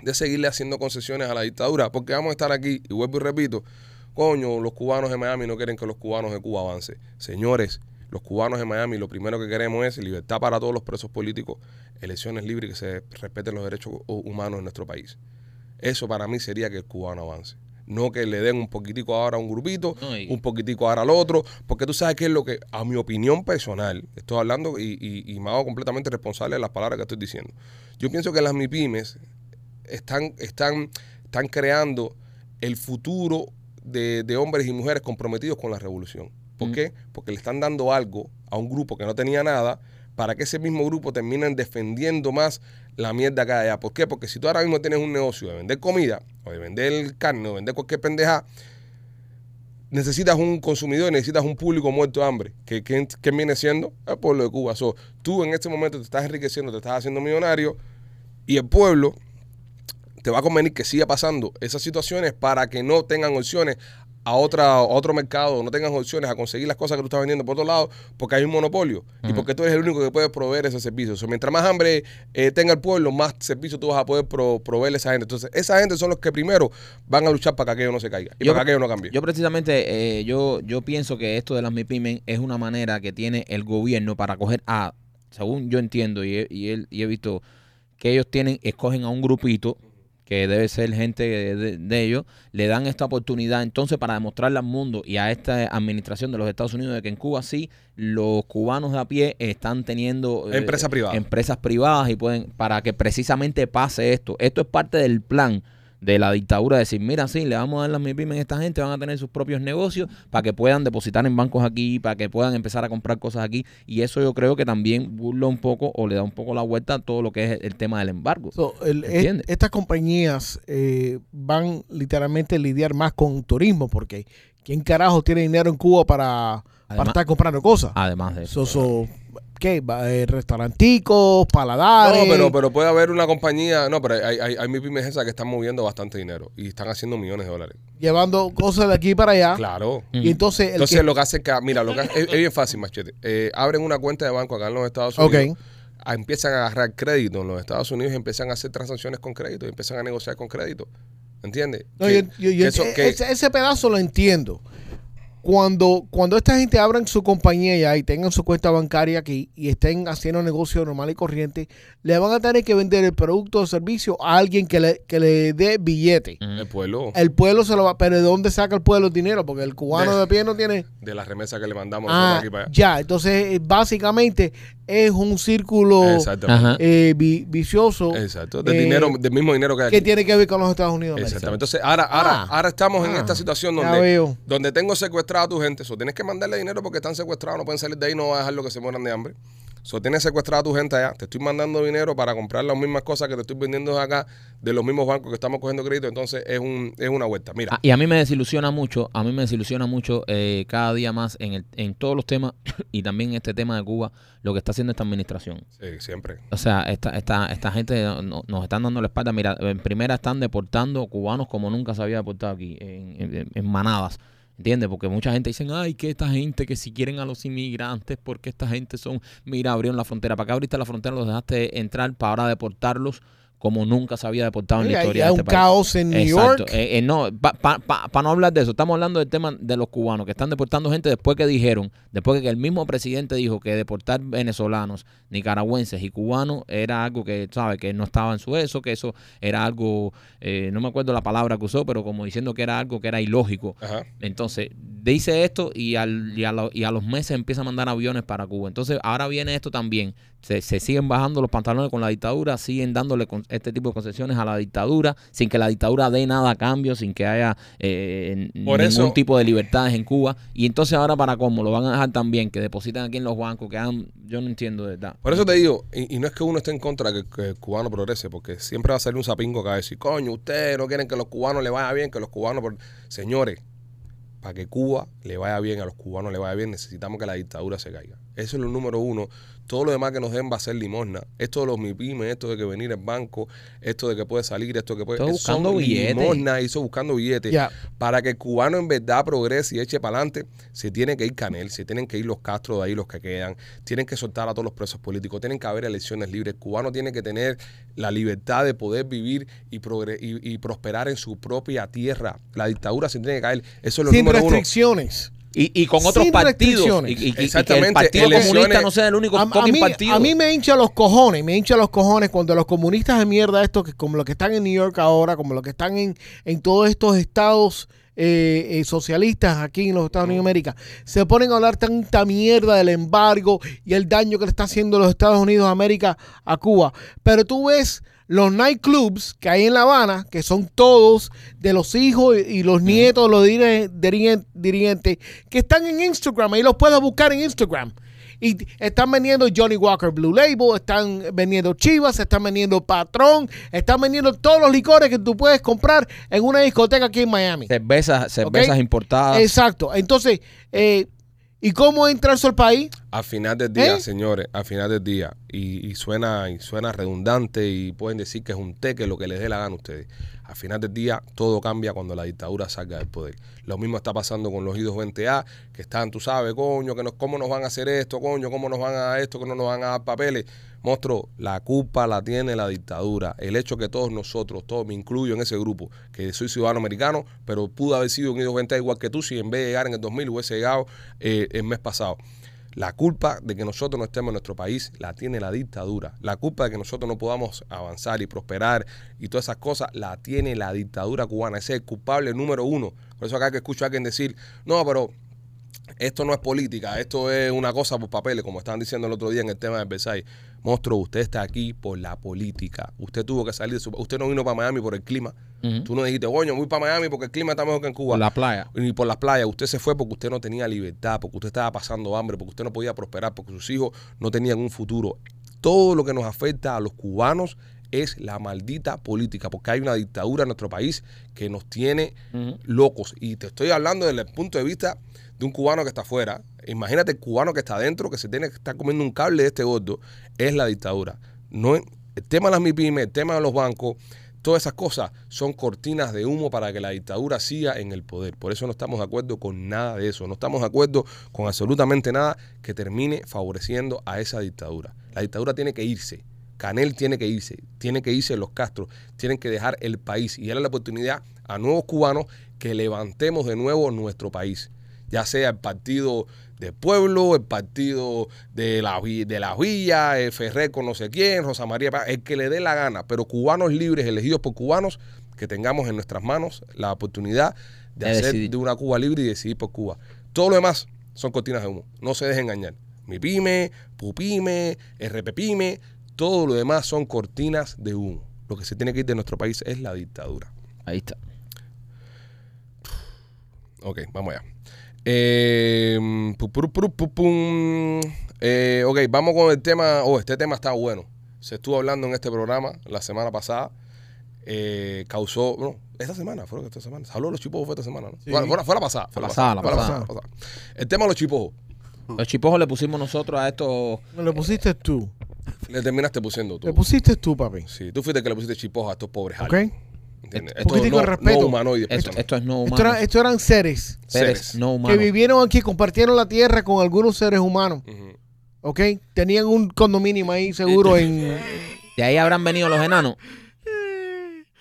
de seguirle haciendo concesiones a la dictadura, porque vamos a estar aquí, y vuelvo y repito, coño, los cubanos de Miami no quieren que los cubanos de Cuba avancen. Señores, los cubanos de Miami lo primero que queremos es libertad para todos los presos políticos, elecciones libres y que se respeten los derechos humanos en nuestro país. Eso para mí sería que el cubano avance. No que le den un poquitico ahora a un grupito, No, y- un poquitico ahora al otro, porque tú sabes que es lo que, a mi opinión personal, estoy hablando y, y- y me hago completamente responsable de las palabras que estoy diciendo. Yo pienso que las MIPIMES están, están, están creando el futuro de, de hombres y mujeres comprometidos con la revolución. ¿Por Mm. qué? Porque le están dando algo a un grupo que no tenía nada para que ese mismo grupo terminen defendiendo más la mierda que hay allá. ¿Por qué? Porque si tú ahora mismo tienes un negocio de vender comida o de vender carne o de vender cualquier pendeja, necesitas un consumidor y necesitas un público muerto de hambre. ¿Qué, qué, qué viene siendo? El pueblo de Cuba. So, tú en este momento te estás enriqueciendo, te estás haciendo millonario y el pueblo te va a convenir que siga pasando esas situaciones para que no tengan opciones a, otra, a otro mercado, no tengan opciones a conseguir las cosas que tú estás vendiendo por otro lado, porque hay un monopolio y porque tú eres el único que puede proveer ese servicio. O sea, mientras más hambre eh, tenga el pueblo, más servicio tú vas a poder pro- proveerle a esa gente. Entonces, esa gente son los que primero van a luchar para que aquello no se caiga y Yo- para que aquello no cambie. Yo precisamente, eh, yo, yo pienso que esto de las MIPIMEN es una manera que tiene el gobierno para coger a, según yo entiendo y he, y he- y he visto, que ellos tienen, escogen a un grupito que debe ser gente de, de- de ellos, le dan esta oportunidad entonces para demostrarle al mundo y a esta administración de los Estados Unidos de que en Cuba sí los cubanos de a pie están teniendo eh, Empresa privada. empresas privadas y pueden para que precisamente pase esto. Esto es parte del plan de la dictadura de decir, mira, sí, le vamos a dar las MIPIMES a esta gente, van a tener sus propios negocios para que puedan depositar en bancos aquí, para que puedan empezar a comprar cosas aquí. Y eso yo creo que también burla un poco o le da un poco la vuelta a todo lo que es el tema del embargo. So, el- es- ¿Entiendes? estas compañías eh, van literalmente a lidiar más con turismo porque ¿quién carajo tiene dinero en Cuba para, para Además- estar comprando cosas? Además de eso. So, so, ¿Qué? Va- eh, restauranticos, paladares. No, pero, pero puede haber una compañía, no, pero hay, hay, hay MIPIMES esas que están moviendo bastante dinero y están haciendo millones de dólares. llevando cosas de aquí para allá. Claro. Y entonces, Ah. el Entonces que- lo que hacen que, mira, lo que, es, es bien fácil, machete. Eh, abren una cuenta de banco acá en los Estados Ok. Unidos. ah, Empiezan a agarrar crédito en los Estados Unidos y empiezan a hacer transacciones con crédito, y empiezan a negociar con crédito. ¿Entiendes? No, Que- yo- yo- yo- que eso- que- ese, ese pedazo lo entiendo. Cuando, cuando esta gente abran su compañía ya y tengan su cuenta bancaria aquí y estén haciendo negocio normal y corriente, le van a tener que vender el producto o servicio a alguien que le, que le dé billete. el pueblo El pueblo se lo va, pero ¿de dónde saca el pueblo el dinero? Porque el cubano De- de pie no tiene... de las remesas que le mandamos nosotros Ah, aquí para allá. ya, entonces eh, básicamente es un círculo Exactamente. Ajá. eh, vi- vicioso Exacto. Del, Eh, dinero, del mismo dinero que hay aquí. que tiene que ver con los Estados Unidos. de América. Exactamente. Entonces, ahora, ahora, Ah. ahora estamos en Ah. esta situación Ya donde, veo. donde tengo secuestrada a tu gente. So, tienes que mandarle dinero porque están secuestrados, no pueden salir de ahí, no vas a dejarlo que se mueran de hambre. So, tienes secuestrada a tu gente allá. Te estoy mandando dinero para comprar las mismas cosas que te estoy vendiendo acá de los mismos bancos que estamos cogiendo crédito. Entonces, es, un, es una vuelta. Mira, Ah, y a mí me desilusiona mucho, a mí me desilusiona mucho eh, cada día más en, el, en todos los temas y también en este tema de Cuba, lo que está haciendo esta administración. sí, siempre. O sea, esta, esta, esta gente no- no- nos están dando la espalda. Mira, en primera están deportando cubanos como nunca se había deportado aquí, en, en- en manadas. ¿Entiendes? Porque mucha gente dicen, ay, que esta gente, que si quieren a los inmigrantes, porque esta gente son, mira, abrieron la frontera. ¿Para qué abriste la frontera? Los dejaste entrar para ahora deportarlos como nunca se había deportado en Oye, la hay, historia hay de un este país. caos en New Exacto. York. Eh, eh, no, para no hablar de eso, estamos hablando del tema de los cubanos que están deportando gente después que dijeron, después que el mismo presidente dijo que deportar venezolanos, nicaragüenses y cubanos era algo que, ¿sabe? Que no estaba en su eso, que eso era algo, eh, no me acuerdo la palabra que usó, pero como diciendo que era algo que era ilógico. Ajá. Entonces, dice esto y, al- y a lo- y a los meses empieza a mandar aviones para Cuba. Entonces ahora viene esto también. Se, se siguen bajando los pantalones con la dictadura, siguen dándole con- este tipo de concesiones a la dictadura, sin que la dictadura dé nada a cambio, sin que haya eh, Por ningún eso- tipo de libertades en Cuba. Y entonces ahora para cómo, lo van a dejar también, que depositan aquí en los bancos, que hagan, yo no entiendo de verdad. Por eso te digo, y, y no es que uno esté en contra de que, que el cubano progrese, porque siempre va a salir un sapingo que va a decir, coño, ustedes no quieren que a los cubanos le vaya bien, que los cubanos... por-". Señores, para que Cuba le vaya bien, a los cubanos le vaya bien, necesitamos que la dictadura se caiga. Eso es lo número uno. Todo lo demás que nos den va a ser limosna. Esto de los MIPIMES, esto de que venir al banco, esto de que puede salir, esto de que puede... Todo Son buscando billetes. limosna, hizo buscando Eh, billetes. Ya. Para que el cubano en verdad progrese y eche para adelante, se tiene que ir Canel, se tienen que ir los Castro de ahí, los que quedan, tienen que soltar a todos los presos políticos, tienen que haber elecciones libres. El cubano tiene que tener la libertad de poder vivir y, progre- y, y prosperar en su propia tierra. La dictadura se tiene que caer. Eso es lo Sin número uno. restricciones. Y, y con otros Sin partidos. Y, restricciones. y- y- y que Exactamente, el Partido elecciones- Comunista no sea el único A, a fucking mí, partido. a mí me hincha los cojones, me hincha los cojones cuando los comunistas de mierda, estos que como los que están en New York ahora, como los que están en, en todos estos estados eh, eh, socialistas aquí en los Estados Unidos de América, se ponen a hablar tanta mierda del embargo y el daño que le está haciendo los Estados Unidos de América a Cuba. Pero tú ves los nightclubs que hay en La Habana, que son todos de los hijos y, y los nietos de los dire- dirien- dirigentes, que están en Instagram, ahí los puedes buscar en Instagram. Y t- están vendiendo Johnny Walker Blue Label, están vendiendo Chivas, están vendiendo Patrón, están vendiendo todos los licores que tú puedes comprar en una discoteca aquí en Miami. Cervezas, cervezas importadas. Exacto. Entonces, eh, ¿y cómo entra eso al país? Al final del día, ¿Eh? señores, al final del día, y, y suena y suena redundante y pueden decir que es un teque lo que les dé la gana a ustedes. Al final del día, todo cambia cuando la dictadura salga del poder. Lo mismo está pasando con los idos 20A, que están, tú sabes, coño, que nos, cómo nos van a hacer esto, coño, cómo nos van a dar esto, que no nos van a dar papeles. Monstruo, la culpa la tiene la dictadura. El hecho que todos nosotros, todos me incluyo en ese grupo, que soy ciudadano americano, pero pudo haber sido un ido 20A igual que tú si en vez de llegar en el 2000 hubiese llegado eh, el mes pasado. La culpa de que nosotros no estemos en nuestro país la tiene la dictadura. La culpa de que nosotros no podamos avanzar y prosperar y todas esas cosas la tiene la dictadura cubana. Ese es el culpable número uno. Por eso acá que escucho a alguien decir, no, pero esto no es política, esto es una cosa por papeles, como estaban diciendo el otro día en el tema de Versailles. Monstruo, usted está aquí por la política. Usted tuvo que salir de su... Usted no vino para Miami por el clima. Ujú. Tú no dijiste, coño, voy para Miami porque el clima está mejor que en Cuba Por la playa. ni por las playas. Usted se fue porque usted no tenía libertad, porque usted estaba pasando hambre, porque usted no podía prosperar, porque sus hijos no tenían un futuro. Todo lo que nos afecta a los cubanos es la maldita política, porque hay una dictadura en nuestro país que nos tiene locos. Y te estoy hablando desde el punto de vista de un cubano que está afuera. Imagínate el cubano que está adentro, que se tiene que estar comiendo un cable de este gordo. Es la dictadura. No, es- el tema de las MIPIMES, el tema de los bancos, todas esas cosas son cortinas de humo para que la dictadura siga en el poder. Por eso no estamos de acuerdo con nada de eso. No estamos de acuerdo con absolutamente nada que termine favoreciendo a esa dictadura. La dictadura tiene que irse. Canel tiene que irse, tiene que irse los Castro, tienen que dejar el país y darle la oportunidad a nuevos cubanos que levantemos de nuevo nuestro país, ya sea el partido del pueblo, el partido de la, vi- de la villa, el Ferrer con no sé quién, Rosa María, Pa- el que le dé la gana, pero cubanos libres, elegidos por cubanos, que tengamos en nuestras manos la oportunidad de, De hacer decidir. de una Cuba libre y decidir por Cuba. Todo lo demás son cortinas de humo, no se dejen engañar. Mi pyme, pupime, rppyme, todo lo demás son cortinas de humo. Lo que se tiene que ir de nuestro país es la dictadura. Ahí está. Ok, vamos allá. Eh, pu- puru- puru- pu- pum. Eh, ok, vamos con el tema. Oh, este tema está bueno. Se estuvo hablando en este programa la semana pasada. Eh, causó. No, esta semana, fue esta semana. Se habló de los chipojos, fue esta semana. ¿no? Sí. Fue, fue la- fue la pasada. Fue La pasada, la fue pasada. pasada. El tema de los chipojos. Ah. Los chipojos le pusimos nosotros a estos. Me lo pusiste tú. Le terminaste pusiendo tú. Me pusiste tú, papi. Sí, tú fuiste el que le pusiste chipojos a estos pobres. ¿Ok? aliens. ¿Entiendes? Esto- Estos poquitico de no- respeto. no humanoides, Esto, personas. esto es no Estos humano. eran, estos eran seres seres. no humanos. este que vivieron aquí, compartieron la tierra con algunos seres humanos. Ujú. ¿Ok? Tenían un condominio ahí seguro en... De ahí habrán venido los enanos.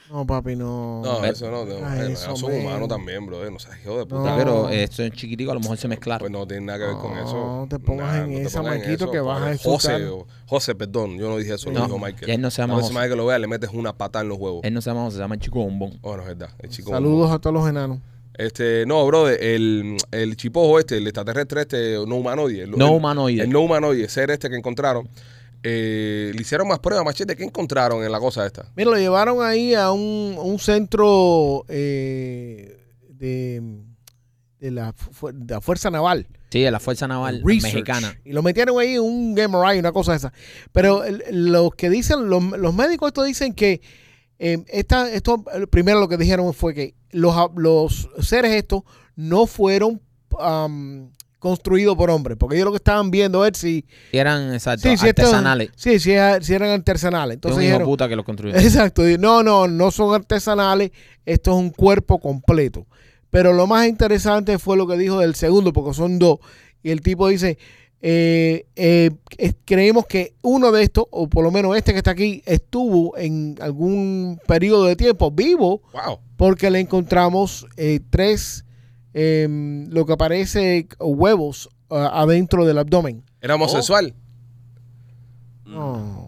No, papi, no. No, Ve- eso no, no, Ay, eh, eso, son men. humanos también, brother. No seas hijo de No. puta. Ya, Pero eh, estos chiquiticos a lo mejor se mezclaron. Pues no tiene nada que ver con No, eso. no te pongas en te esa, pongas en Maquito, que vas a padre. insultar. José, o- José, perdón, yo no dije eso, lo No, dijo Michael. ya él no se llama La próxima José. vez que lo vea le metes una patada en los huevos. Él no se llama José, se llama el chico bombón. Oh, no, es verdad. El chico Saludos a todos los enanos. Este, no, brother, el, el chipojo este, el extraterrestre este, no humanoide. el- No el- humanoide. El no humanoide, ser este que encontraron. eh, le hicieron más pruebas, machete, que encontraron en la cosa esta? Mira, lo llevaron ahí a un, un centro eh, de, de la, fu- de la Fuerza Naval. Sí, de la Fuerza Naval Research. Mexicana. Y lo metieron ahí en un MRI, una cosa esa. Pero el- los que dicen, los, los médicos esto dicen que eh, esta, esto, primero lo que dijeron fue que los, a- los seres estos no fueron am, construidos por hombres, porque ellos lo que estaban viendo es si, Y eran, exacto, sí, si estos- artesanales. sí, si, era- si eran artesanales. De Entonces un hijo dijeron, puta que los construyó. Exacto. di- No, no, no son artesanales. Esto es un cuerpo completo. Pero lo más interesante fue lo que dijo del segundo, porque son dos. Y el tipo dice, eh, eh, es- creemos que uno de estos, o por lo menos este que está aquí, estuvo en algún periodo de tiempo vivo ¡Wow! porque le encontramos eh, tres, em, lo que parece huevos ah, adentro del abdomen. ¿Era homosexual? Oh. Mm.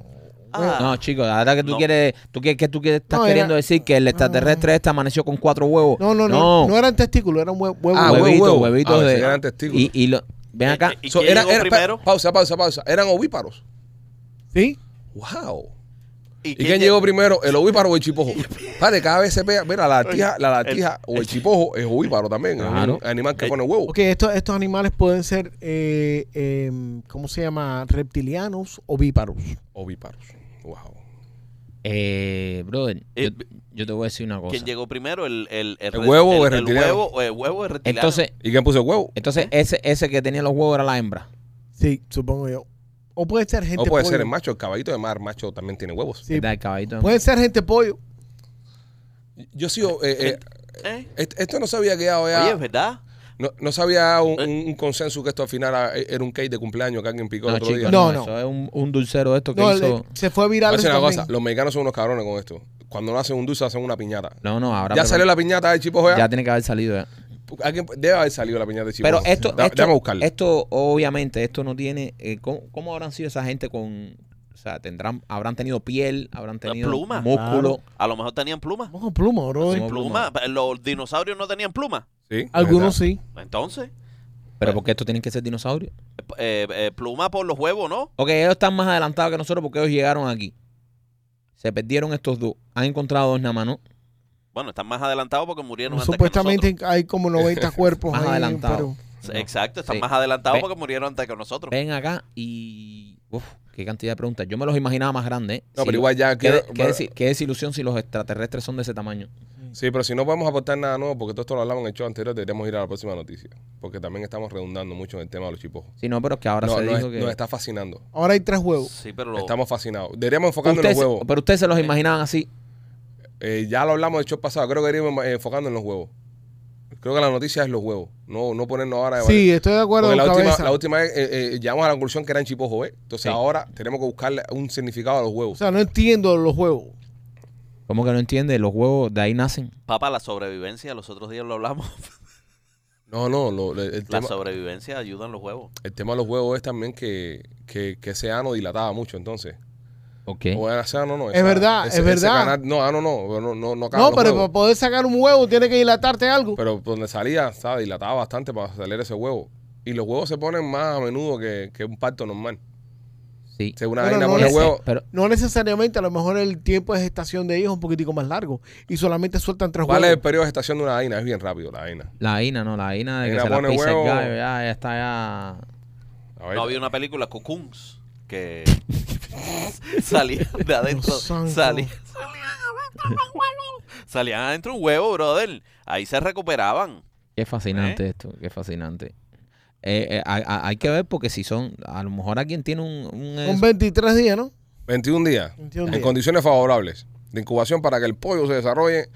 Ah, No, chicos, ahora que tú No. quieres, tú quieres, que tú quieres, estás No, era- queriendo decir que el extraterrestre este amaneció con cuatro huevos. No, no, no, no, eran testículos, eran hue- huevos. Ah, huevo, huevitos, huevo. huevitos Ah, pensé de. que eran testículos. y, y lo, Eh, ven acá. eh, ¿Y quién llegó era- pa- primero? pausa, pausa, pausa. Eran ovíparos. ¿Sí? ¡Wow! ¿Y, ¿Y quién llegó primero? ¿El ovíparo o el chipojo? Padre, cada vez se pega. Mira, la lagartija, la lagartija o el chipojo es ovíparo también. es Claro. un animal que pone huevo. Ok, esto- estos animales pueden ser, eh, em, ¿cómo se llama? Reptilianos o víparos. Ovíparos. ¡Wow! Eh, brother, Eh, yo, yo te voy a decir una cosa. ¿Quién llegó primero? ¿El, el, ¿El huevo o el el, reptiliano? huevo o el huevo o el reptiliano? Entonces, ¿Y quién puso el huevo? entonces ese, ese que tenía los huevos era la hembra. Sí, supongo yo. O puede ser gente No puede pollo. ser el macho, el caballito de mar, macho también tiene huevos. Sí, Pues, ¿Verdad? El caballito. Puede ser gente pollo. Yo sigo. eh, eh, ¿Eh? est- esto no se había quedado ya. Oye, es verdad. no, no se había dado un, un- un consenso que esto al final ah, era un cake de cumpleaños que alguien picó el No, otro chicos, día. No, no, no. Eso es un, un dulcero de esto que No, le- hizo. se fue Voy a viral. decir una eso cosa, también. los mexicanos son unos cabrones con esto. Cuando no hacen un dulce, hacen una piñata. No, no, ahora. ya pero- salió la piñata del chipojo ya. Ya tiene que haber salido ya. Alguien- debe haber salido la piñata del chipojo. Pero esto, Da- esto, déjame buscarla. esto, obviamente, esto no tiene. eh, ¿cómo, cómo habrán sido esa gente con. O sea, tendrán, habrán tenido piel, habrán tenido pluma. músculo. A lo mejor tenían plumas. Vamos con pluma, bro. Como ¿Plumas? ¿Los dinosaurios no tenían plumas? Sí, Algunos es verdad. sí. Entonces, Pero porque esto tienen que ser dinosaurios. eh, eh, pluma por los huevos, ¿no? Ok, ellos están más adelantados que nosotros porque ellos llegaron aquí. Se perdieron estos dos. Han encontrado dos nada más, ¿no? Bueno, están más adelantados porque murieron antes Supuestamente que hay como 90 cuerpos Más ahí, adelantado. pero- nosotros. Exacto, están Sí. más adelantados Ve- porque murieron antes que nosotros. Ven acá y. Uf, qué cantidad de preguntas. Yo me los imaginaba más grandes. ¿eh? No, Si pero lo- igual ya. Qué, quiero- qué pero- desi- qué desilusión si los extraterrestres son de ese tamaño. Sí, pero si no podemos aportar nada nuevo, porque todo esto lo hablamos en el show anterior, deberíamos ir a la próxima noticia. Porque también estamos redundando mucho en el tema de los chipojos. Si no, pero es que ahora No, se nos, dijo que. nos está fascinando. Ahora hay tres huevos. Sí, pero lo- Estamos fascinados. Deberíamos enfocarnos en Ustedes- los huevos. pero ustedes se los imaginaban así. Eh, ya lo hablamos del show pasado. Creo que deberíamos eh, enfocarnos en los huevos. Creo que la noticia es los huevos. No, no ponernos ahora de Sí, estoy de acuerdo Porque con la última, cabeza. la última vez eh, eh, llegamos a la conclusión que eran chipojos, ¿eh? Entonces Sí. ahora tenemos que buscarle un significado a los O huevos. sea, no entiendo los huevos. ¿Cómo que no entiende? Los huevos de ahí nacen. Papá, la sobrevivencia, los otros días lo hablamos. No, no, lo- lo- el, La tema, sobrevivencia ayuda en los huevos. el tema de los huevos es también que, que, que ese ano dilataba mucho entonces. Ok. O era ese ano, no. Es esa- verdad, ese- ese es verdad. canal- no, ano no, no, no, no cabe No, los pero huevos. para poder sacar un huevo tiene que dilatarte algo. Pero donde salía, estaba dilataba bastante para salir ese huevo. Y los huevos se ponen más a menudo que, que un parto normal. Sí. Eh, Si una Pero vaina no pone le- huevo. Pero, No necesariamente, a lo mejor el tiempo de gestación de ellos es un poquitico más largo y solamente sueltan tres ¿Cuál es el huevos. periodo de gestación de una vaina? Es bien rápido la vaina. La Ina, no, la Ina de que Ina se la pone pisa huevo. el gallo, ya, ya está ya. A ver, No había una película, Cocoons, que salían de adentro. Dios santo. Salían, salían adentro un huevo. Salían adentro un huevo, brother. Ahí se recuperaban. Qué fascinante esto, qué fascinante. Eh, eh, hay, hay- hay que ver porque si son, a lo mejor alguien tiene un... un- Son 23 días, ¿no? 21 días. 21 en días. condiciones favorables de incubación para que el pollo se desarrolle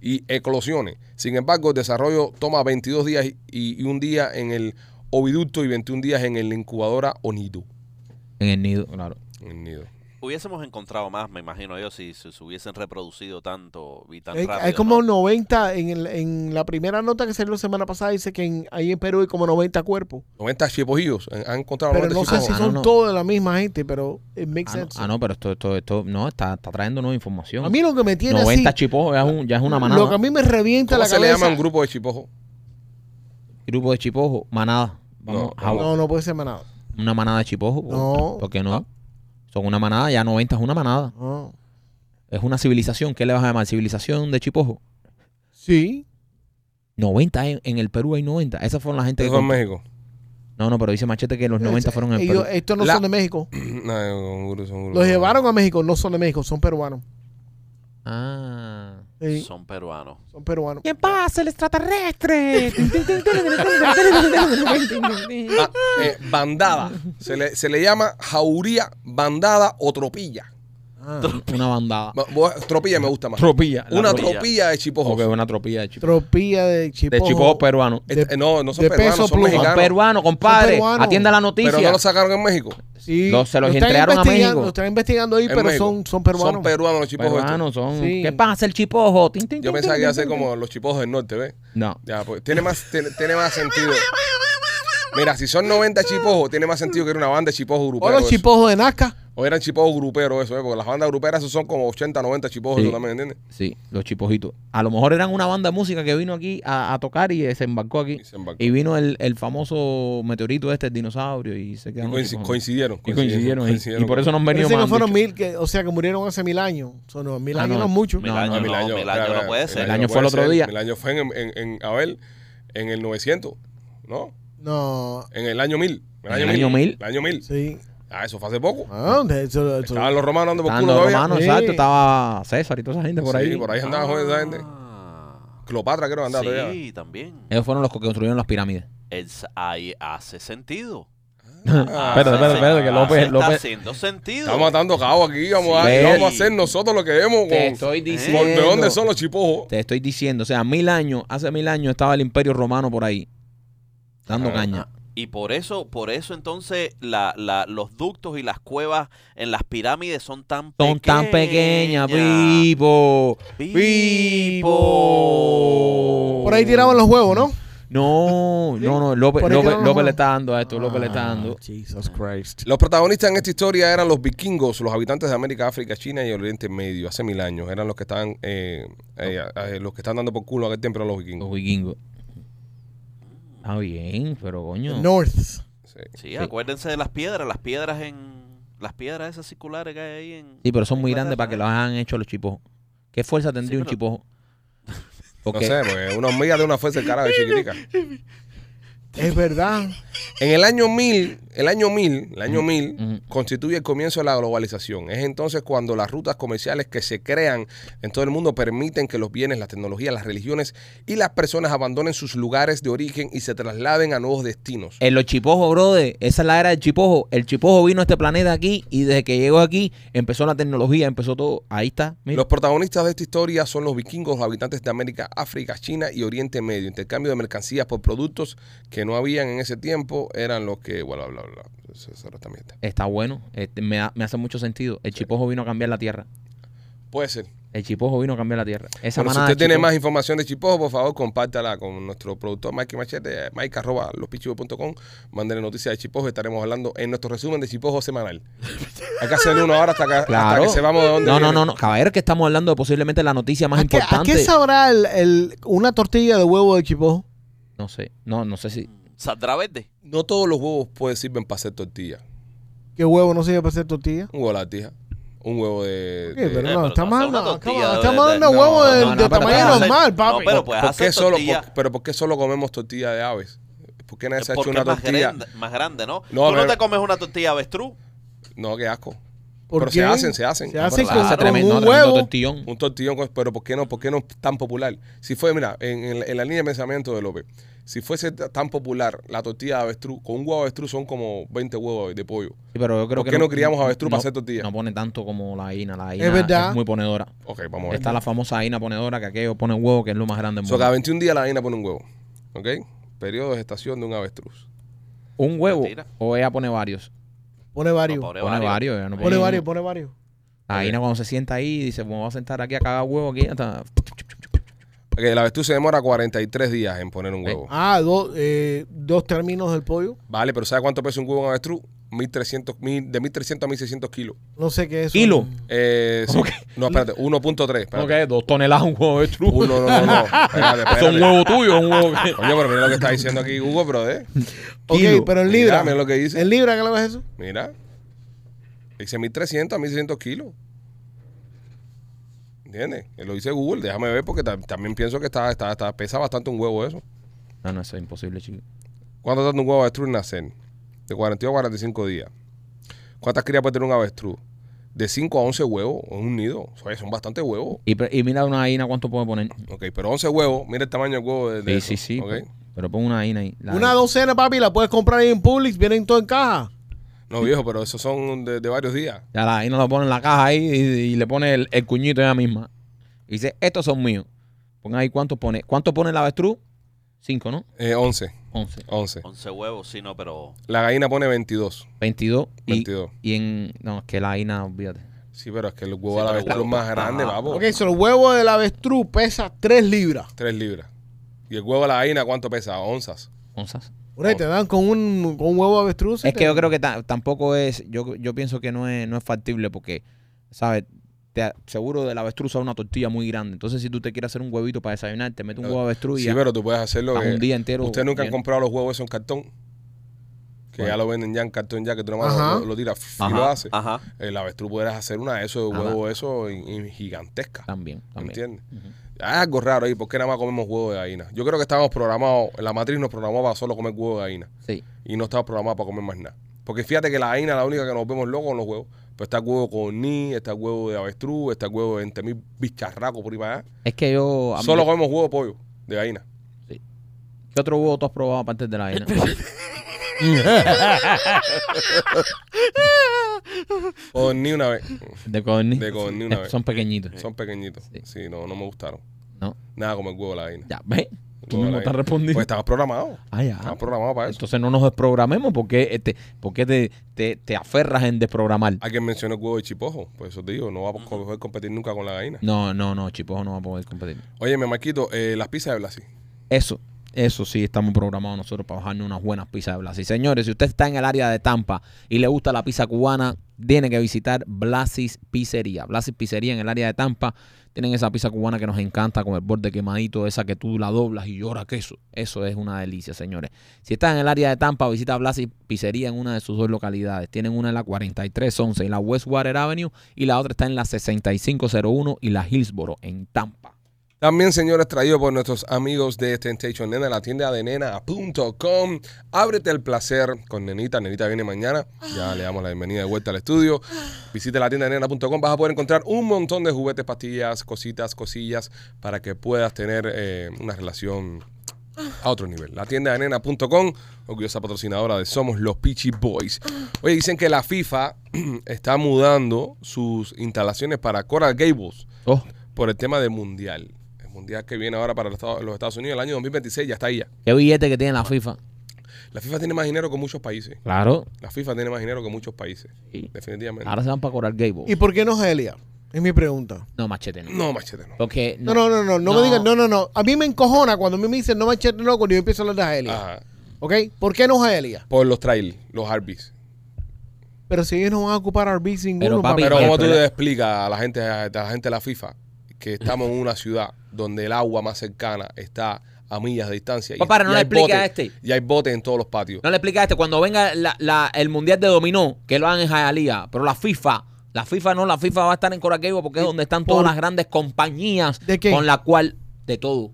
y eclosione. Sin embargo, el desarrollo toma 22 días y, y un día en el oviducto y 21 días en el incubadora o nido. en el nido, claro. Ah, En el nido. Hubiésemos encontrado más, me imagino yo, si se, se hubiesen reproducido tanto y tan Hay, rápido. hay como ¿no? 90, en, el- en la primera nota que salió la semana pasada dice que en, ahí en Perú hay como 90 cuerpos. 90 chipojillos. eh, Han encontrado Pero 90 no sé chipojos. si Ah, no, son no. todos de la misma gente, pero it makes Ah no, sense. ah, no, pero esto, esto, esto, no, está, está trayendo nueva información. A mí lo que me tiene 90 así, chipojos ya es, un- ya es una manada. lo que a mí me revienta ¿Cómo la se le llama a cabeza, un grupo de chipojos? Grupo de chipojo, manada. Vamos, No, Ah. jabo- No, no puede ser manada. Una manada de chipojo. No. ¿Por qué no? Son una manada, ya 90 es una manada. No. Es una civilización. ¿Qué le vas a llamar? Civilización de chipojo. Sí. 90 en, en el Perú hay 90. Esas fueron la gente que. Eso fue en México. contó. No, no, pero dice Machete que los 90 fueron en el Ellos- Perú. estos no La- son de México. No, un grupo, un grupo. Los llevaron a México, no son de México, son peruanos. Ah. Sí, Son peruanos. son peruanos. ¿Qué pasa, el extraterrestre? Ah, eh, bandada. Se le, se le llama jauría, bandada o tropilla. Ah. una bandada. Va- voy a- Tropilla me gusta más. Tropilla. Una tropilla. tropilla de chipojos. Ok, una tropilla de chipojos. Tropilla de De pues, chipojo. chipojos peruanos. Este, de- eh, no, no son de peruanos, peso son pluma. Son mexicanos. peruanos, compadre. Son peruanos. Atienda la noticia. Pero no lo sacaron en México. Sí. Los- se los están entregaron a investigando- México. Lo están investigando ahí, En pero México. son, son peruanos. Son peruanos los chipojos. estos. Peruanos son. Sí. ¿Qué pasa, el chipojo? Tin, tin, Yo tin, pensaba que tin, iba a tin, ser tin. como los chipojos del norte, ¿ves? No. Ya, pues tiene más, tiene, tiene más sentido. Mira, si son 90 chipojos, tiene más sentido que era una banda de chipojos o gruperos. los chipojos de Nazca. O eran chipojos gruperos, eso, ¿eh? Porque las bandas gruperas esos son como 80, 90 chipojos, Sí. ¿tú también entiendes? Sí, los chipojitos. A lo mejor eran una banda de música que vino aquí a, a tocar y se embarcó aquí. Y se embarcó. Y vino el, el famoso meteorito este, el dinosaurio, y se Y quedaron. coinci- chipojones. coincidieron, Y coincidieron. ahí. coincidieron. Y por eso no han venido Parece que más. han fueron dicho. mil, que, o sea, que murieron hace mil años. Son, no, mil Ah, años no. no, es mucho. Mil- Mil No, años no, no, Mil años, mil espera, años no espera, puede espera, ser. El año no fue el puede otro ser. día. Mil años fue en, en, en Abel, en el 900, ¿no? No, En el año 1000. En el año 1000. El año 1000. sí. Ah, eso fue hace poco. Ah, de- eso- eso- Estaban los romanos dando por Estaban culo los todavía. romanos, Sí. exacto. Estaba César y toda esa gente por ahí. Sí, por ahí andaban jodiendo esa gente. Ah. Cleopatra creo que andaba todavía. Sí, también. Ellos fueron los que construyeron las pirámides. Es- ahí hace sentido. Ah, Espérate, Hace- espérate, espérate, que hace- López- está López- haciendo sentido. Estamos matando cabo aquí. Vamos, a, Sí. vamos a hacer nosotros lo que vemos. Te con- estoy diciendo. con- ¿De dónde son los chipojos? Te estoy diciendo. O sea, mil años, hace mil años estaba el imperio romano por ahí. Dando Ah, caña. Y por eso, por eso entonces la, la- los ductos y las cuevas en las pirámides son tan Son tan pequeñas, vivo. Vivo. Por ahí tiraban los huevos, ¿no? No, no, no. López, Por ahí López, tiraban los López le huevos. está dando a esto. López le está Ah, dando. Ah, Jesus Christ. Los protagonistas en esta historia eran los vikingos, los habitantes de América, África, China y Oriente Medio, hace mil años. Eran los que estaban, eh, eh, eh, los que están dando por culo a aquel tiempo eran los Los vikingos. vikingos. Está bien, pero coño. North. Sí. Sí, acuérdense de las piedras, las piedras en las piedras esas circulares que hay ahí en Sí, pero son en muy grandes para que los Inglaterra, hayan hecho los chipojos. ¿Qué fuerza tendría un pero- chipojo? No Porque sé, porque una hormiga de una fuerza de cara de chiquitica. Es verdad. En el año 1000, el año 1000, el año 1000 ujú. constituye el comienzo de la globalización. Es entonces cuando las rutas comerciales que se crean en todo el mundo permiten que los bienes, las tecnologías, las religiones y las personas abandonen sus lugares de origen y se trasladen a nuevos destinos. En los chipojos, brother, esa es la era del chipojo. El chipojo vino a este planeta aquí y desde que llegó aquí empezó la tecnología, empezó todo. Ahí está, mira. Los protagonistas de esta historia son los vikingos, los habitantes de América, África, China y Oriente Medio. Intercambio de mercancías por productos que no habían en ese tiempo eran los que, bla, bla, bla, bla. Eso- eso era esta mierda. Está bueno, este, me, ha- me hace mucho sentido. El chipojo vino a cambiar la tierra. Puede ser. El chipojo vino a cambiar la tierra. Esa Bueno, si manada usted de tiene chipojos- más información de Chipojo, por favor, compártala con nuestro productor Mike Machete, eh, mike arroba lospichivos.com. Mándele noticias de Chipojo, estaremos hablando en nuestro resumen de Chipojo semanal. Hay que hacerle uno ahora hasta que, hasta Claro. que sepamos de dónde No, no, viene. no, no. Caballero, que estamos hablando de posiblemente la noticia más ¿A qué, a importante. qué sabrá el- el- una tortilla de huevo de chipojo? no sé, no, no sé si. ¿Saldrá verde? No todos los huevos pueden sirven para hacer tortilla. ¿Qué huevo no sirve para hacer tortilla? Un huevo de latartija, un huevo de... ¿Qué? de- Pero Eh, no, pero estamos no hacer una hablando tortilla estamos- de- estamos de- hablando de no, huevo de, no, no, de pero tamaño puedes hacer- normal, papi. No, pero puedes ¿Por qué hacer solo, tortilla. por- pero ¿por qué solo comemos tortilla de aves? ¿Por qué nadie se ha hecho Porque una es más tortilla? grande, más grande, ¿no? No, Tú no pero- te comes una tortilla avestruz. No, qué asco. ¿Por pero qué? se hacen, se hacen. Se Ah, hacen pero con- Ah, con tremendo, un no, tremendo huevo. tortillón. Un tortillón, con- pero ¿por qué no, por qué no tan popular? Si fue, mira, en, en la- en la línea de pensamiento de López, si fuese t- tan popular la tortilla de avestruz, con un huevo de avestruz son como 20 huevos de pollo. Sí, pero yo creo ¿Por que qué no criamos avestruz para hacer tortilla? No pone tanto como la harina. La Es harina verdad. es muy ponedora. Ok, vamos a ver. Está la famosa harina ponedora que aquello pone huevo, que es lo más grande del So, cada mundo. 21 días la vaina pone un huevo. ¿Ok? Periodo de gestación de un avestruz. ¿Un huevo Mentira. o ella pone varios? Pone varios. No, pobre Pone varios. varios. ella no Pone uno. varios, pone varios. La harina cuando se sienta ahí dice, me voy a sentar aquí a cagar huevo aquí hasta... Ok, el avestruz se demora 43 días en poner un huevo. Ah, dos, Ah, eh, dos términos del pollo. Vale, pero ¿sabe cuánto pesa un huevo en avestruz? 1300, mil- de 1300 a 1600 kilos. No sé qué es. eso. Kilo. Eh, son- Ok. No, espérate, 1.3. ¿Cómo espérate. que? Dos toneladas un huevo de truco. Uno, no, no, no. Espérate, Eso es un espérate. huevo tuyo, un huevo. que- Coño, pero mira lo que está diciendo aquí Google, bro. ¿eh? Ok, Kilo. pero en Mira, libra. mira lo que dice. En libra, ¿qué le ves eso? Mira. Dice 1300 a 1600 kilos. ¿Entiendes? Lo dice Google. Déjame ver porque ta- también pienso que está, está, está- pesa bastante un huevo eso. No, no, eso es imposible, chico. ¿Cuánto tarda un huevo avestruz en nacer? De 42 a 45 días. ¿Cuántas crías puede tener un avestruz? De 5 a 11 huevos en un nido. O sea, son bastantes huevos. Y, pre- y mira una gallina, ¿cuánto puede poner? Ok, pero 11 huevos. Mira el tamaño del huevo. De, de Sí, sí, eso, sí. ok. pero- Pero pon una gallina ahí. La- Una docena, papi, la puedes comprar ahí en Publix, vienen todo en caja. No, viejo, pero esos son de, de varios días. Ya la gallina lo pone en la caja ahí y, y le pone el, el cuñito ella misma. Y dice, estos son míos. Pon ahí cuánto pone. ¿Cuánto pone el avestruz? Cinco, ¿no? Eh, 11. Once. 11. 11 huevos, sí, no, pero. La gallina pone 22. Veintidós. Y, 22. Y en... No, es que la gallina, olvídate. Sí, pero es que el huevo Sí, de la pero avestruz huevo. más grande, Ajá. vamos. Ok, so el huevo del avestruz pesa 3 libras. 3 libras. ¿Y el huevo de la gallina cuánto pesa? Onzas. Onzas. Ahora te dan con un, con un huevo de avestruz. Oh. Es que yo creo que ta- tampoco es... Yo, yo pienso que no es, no es factible porque, ¿sabes? Te- seguro del avestruz es una tortilla muy grande. Entonces, si tú te quieres hacer un huevito para desayunar, te metes un huevo de avestruz y Sí, ya pero tú puedes hacerlo. estás que- un día entero. Ustedes nunca han bien. comprado los huevos esos en cartón. Que ya lo venden ya en cartón, ya que tú nomás Ajá. lo, lo tiras f- y Ajá, Ah. lo haces. Ajá. El avestruz puedes hacer una de esos de Ajá. huevos, eso y- y gigantesca. También, también. ¿Entiendes? Ujú. Hay algo raro ahí, ¿por qué nada más comemos huevo de gallina? Yo creo que estábamos programados, la matriz nos programó para solo comer huevo de gallina. Sí. y no estaba programada para comer más nada. Porque fíjate que la gallina es la única que nos vemos locos con los huevos. Pero está el huevo con ni, está el huevo de avestruz, está el huevo de 20 mil bicharracos por ahí para allá. Es que yo... Pues, a mí- Solo comemos huevo de pollo, de gallina. ¿Qué otro huevo tú has probado aparte de la gallina? Con ni una vez. De codorniz. De codorniz una Eh, vez. Son pequeñitos. Son pequeñitos. Sí. Sí, no, no me gustaron. No. Nada como el huevo de la gallina. Ya, ve. El Tú huevo de la mismo te has gallina. respondido. Pues estabas programado. ah, ya. Estabas programado para eso. Entonces no nos desprogramemos porque este, porque te, te, te aferras en desprogramar. Hay quien mencionó el huevo de chipojo. Por eso te digo, no va a poder competir nunca con la gallina. No, no, no, Chipojo no va a poder competir. Oye, me marquito, eh, las pizzas de Blasi. Eso, eso sí, estamos programados nosotros para bajarnos unas buenas pizzas de Blasis. Señores, si usted está en el área de Tampa y le gusta la pizza cubana, tiene que visitar Blasis Pizzería. Blasis Pizzería en el área de Tampa. Tienen esa pizza cubana que nos encanta con el borde quemadito, esa que tú la doblas y llora queso. Eso es una delicia, señores. Si estás en el área de Tampa, visita Blasis Pizzería en una de sus dos localidades. Tienen una en la 4311 y la Westwater Avenue y la otra está en la 6501 y la Hillsboro en Tampa. También, señores, traído por nuestros amigos de Temptation Nena, la tienda de nena.com. Ábrete el placer con Nenita. Nenita viene mañana. Ya le damos la bienvenida de vuelta al estudio. Visita la tienda de nena.com. Vas a poder encontrar un montón de juguetes, pastillas, cositas, cosillas para que puedas tener eh, una relación a otro nivel. La tienda de nena.com, orgullosa patrocinadora de Somos los Peachy Boys. Oye, dicen que la FIFA está mudando sus instalaciones para Coral Gables Oh, por el tema del mundial. El mundial que viene ahora para los Estados, los Estados Unidos, el año 2026, ya está ahí ya. qué billete que tiene la FIFA. La FIFA tiene más dinero que muchos países. Claro. La FIFA tiene más dinero que muchos países. Sí. Definitivamente. Ahora se van para Coral Gables. ¿Y por qué no Helia? Es mi pregunta. No, machete no. No, machete, no. Porque No, no, no, no, no, me digan, no, no, no. A mí me encojona cuando a mí me dicen no machete no cuando yo empiezo a hablar de Helia. Ajá. ¿Ok? ¿Por qué no Helia? Por los trail, los Arby's. Pero si ellos no van a ocupar RB ninguno, Pero, papi, Pero el ¿cómo tú problema- le explicas a la gente, a la gente de la FIFA que estamos en una ciudad donde el agua más cercana está a millas de distancia? y- Papá, Pues no y le hay expliques a botes- este. Y hay botes en todos los patios. No le explicas esto. Cuando venga la- la- el Mundial de Dominó, que lo hagan en Hialeah, pero la FIFA, la FIFA no, la FIFA va a estar en Coral Gables porque es donde están todas por- las grandes compañías ¿De qué? con la cual, de todo,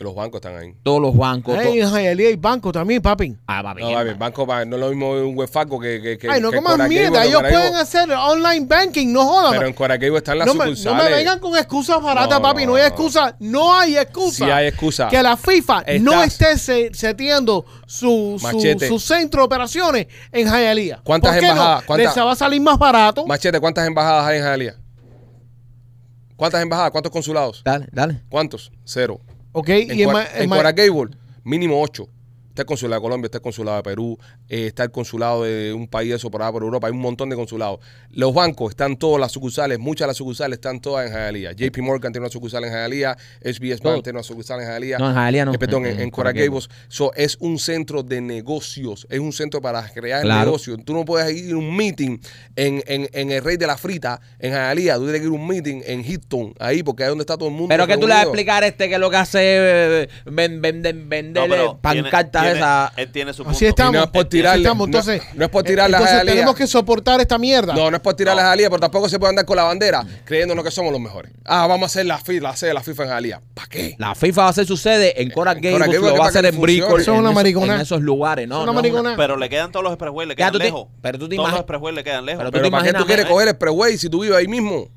Los bancos están ahí. todos los bancos. Ay, to- en Hialeah hay banco también, papi. Ah, papi, No, mierda. el banco pa- no es lo mismo un huefaco que, que, que- Ay, no que comas Coral Gables, mierda. que Ellos Coral Gables- pueden hacer online banking, no Pero jodan. en Coraqueibo están las No me, no sucursales. me vengan con excusas baratas, No, papi. no, No hay no. excusa. No hay excusa. Sí hay excusa. Que la FIFA no esté Estás- se- seteando su, su, Machete. su centro de operaciones en Hialeah. ¿Cuántas ¿Por qué no? embajadas? ¿Cuántas- Les va a salir más barato. Machete, ¿cuántas embajadas hay en Jalía? ¿Cuántas embajadas? ¿Cuántos consulados? Dale, dale. ¿Cuántos? Cero. ok, En, y en, Cora- ma- en en ma- Coral Gables, mínimo ocho. Está el consulado de Colombia, está el consulado de Perú, eh, está el consulado de un país eso por allá por Europa, hay un montón de consulados. Los bancos están todas las sucursales, muchas de las sucursales están todas en Hialeah. JP Morgan tiene una sucursal en Hialeah, SBS Todo. Bank tiene una sucursal en Hialeah. No, en Hialeah no, Eh, perdón, en- en, en en Coral Coral Gables. So, es un centro de negocios, es un centro para crear Claro. negocios. Tú no puedes ir a un meeting en, en, en el Rey de la Frita, en Hialeah, tú tienes que ir a un meeting en Houston, ahí, porque ahí es donde está todo el mundo. Pero que tú le vas a reunido. explicar a este que lo que hace eh, es venderle pero tiene- pancartas tiene- esas. Él tiene su punto. Así estamos. no es por así tirarle, estamos. no- Entonces, no es por eh, tirarle a Entonces Hialeah. tenemos que soportar esta mierda. No, no es por tirar No. las Jalía, pero tampoco se puede andar con la bandera creyéndonos que somos los mejores. Ah, vamos a hacer la FIFA, la sede de la FIFA en Jalía. ¿Para qué? La FIFA va a hacer su sede en Coral En Gables, Coral Gables, lo que va a para hacer que en Brickell. funcione. Eso es en una esos- maricona. En esos lugares, ¿no? Eso es una no, no. maricona. Pero le quedan todos los expressways, le Ya, quedan tú te- lejos. pero tú te Todos imagi- los expressways le quedan lejos. Pero tú te Pero ¿para qué tú imaginas, quieres eh? coger el Preway si tú vives ahí mismo?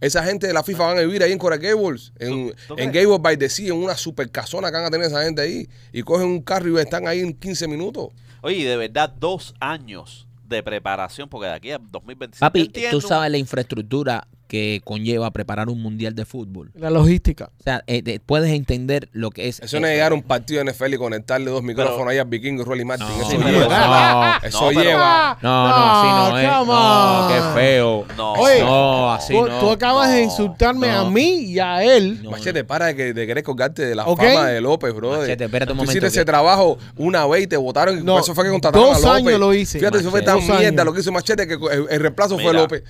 Esa gente de la FIFA van a vivir ahí en Coral Gables, en, tú en crees? Gables by the Sea, en una super casona que van a tener esa gente ahí. Y cogen un carro y están ahí en 15 minutos. Oye, y de verdad, dos años de preparación, porque de aquí a 2025. Papi, entiendo- tú sabes la infraestructura que conlleva preparar un mundial de fútbol. La logística. O sea, eh, te- puedes entender lo que es. Eso no es llegar a un partido de NFL y conectarle dos micrófonos ahí al Vikingo y Rolly Martin. No, eso sí, lleva. pero- no. Eso No, pero- lleva. No, no, así no es. Ah, come No, on. qué feo. No. Oye, no, así Tú, no. tú acabas de insultarme no. a mí y a él. No, Machete, para de, que- de querer colgarte de la Ok. fama de López, brother. Machete, espérate un Tú momento, hiciste ese que- trabajo una vez y te votaron. y No, por eso fue que contrataron dos a López. años lo hice, Fíjate, eso fue Machete. tan Dos mierda años. lo que hizo Machete que el, el reemplazo fue Mira. López.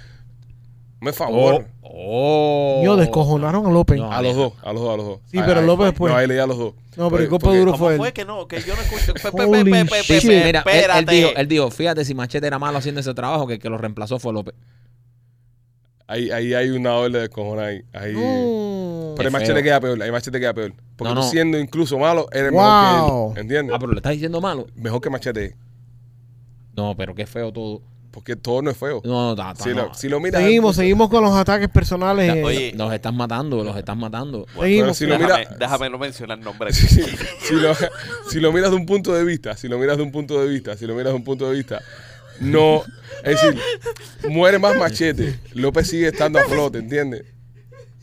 Me Oh, favor. oh. Yo descojonaron a López. No. A los dos, a los dos, a los dos. Sí, A- pero a- López después. No, ahí le di a los dos. No, pero el golpe porque- duro ¿Cómo fue, fue él. que no? Que yo no escuché. Pe- pe- pe- Holy pe- pe- shit. Sí, pe- mira, él, él espérate. dijo, él dijo, fíjate si Machete era malo haciendo ese trabajo, que el que lo reemplazó fue López. Ahí, ahí hay una ola de cojones ahí. ahí. Mm. Pero el Qué Machete feo. queda peor, ahí Machete queda peor. Porque No, tú no. siendo incluso malo, eres mejor Wow. que él. ¿Entiendes? Ah, pero le estás diciendo malo. Mejor que Machete. No, pero qué feo todo. Porque todo no es feo. No, no, ta- ta- si, no. lo, si lo miras. Seguimos, seguimos con los ataques personales. Ya, eh, oye, Los estás matando, los estás matando. pero seguimos. si lo déjame, mira- déjame no mencionar nombres. si, lo, si lo miras de un punto de vista, si lo miras de un punto de vista, si lo miras de un punto de vista, no. Es decir, muere más machete. López sigue estando a flote, ¿entiendes?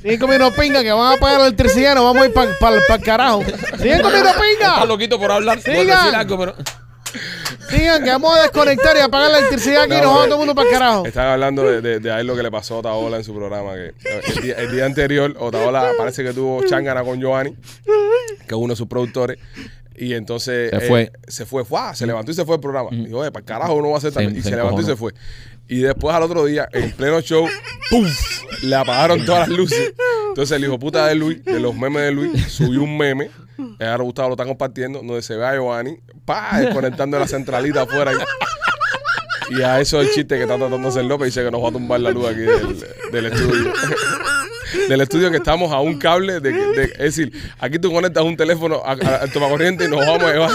Siguen comiendo pinga que van a pagar la electricidad. Nos vamos a ir para el carajo. Siguen comiendo Estás pinga. loquito por hablar, por Ah. Sigan. decir algo, pero... Sigan que vamos a desconectar y apagar la electricidad aquí. No, eh, y nos vamos pero- todo el mundo para el carajo. Están hablando de, de, de ahí lo que le pasó a Otaola en su programa. Que el, día, el día anterior, Otaola parece que tuvo chángana con Giovanni, que es uno de sus productores. Y entonces eh, Se fue. Mm. se fue, ¡fua! se levantó y se fue del programa. Dijo, oye, para carajo uno va a hacer Se- también. Y se se, levantó y encojonó. se fue. Y después al otro día, en pleno show, ¡pum! Le apagaron todas las luces. Entonces el hijo puta de Luis, de los memes de Luis, subió un meme. eh, Ahora Gustavo lo está compartiendo, donde se ve a Giovanni, pa, desconectando la centralita afuera. ahí. Y a eso el chiste que está tratando de hacer López dice que nos va a tumbar la luz aquí del, del estudio. del estudio que estamos a un cable. De, de- es decir, aquí tú conectas un teléfono a- a- al tomacorriente y nos vamos a llevar.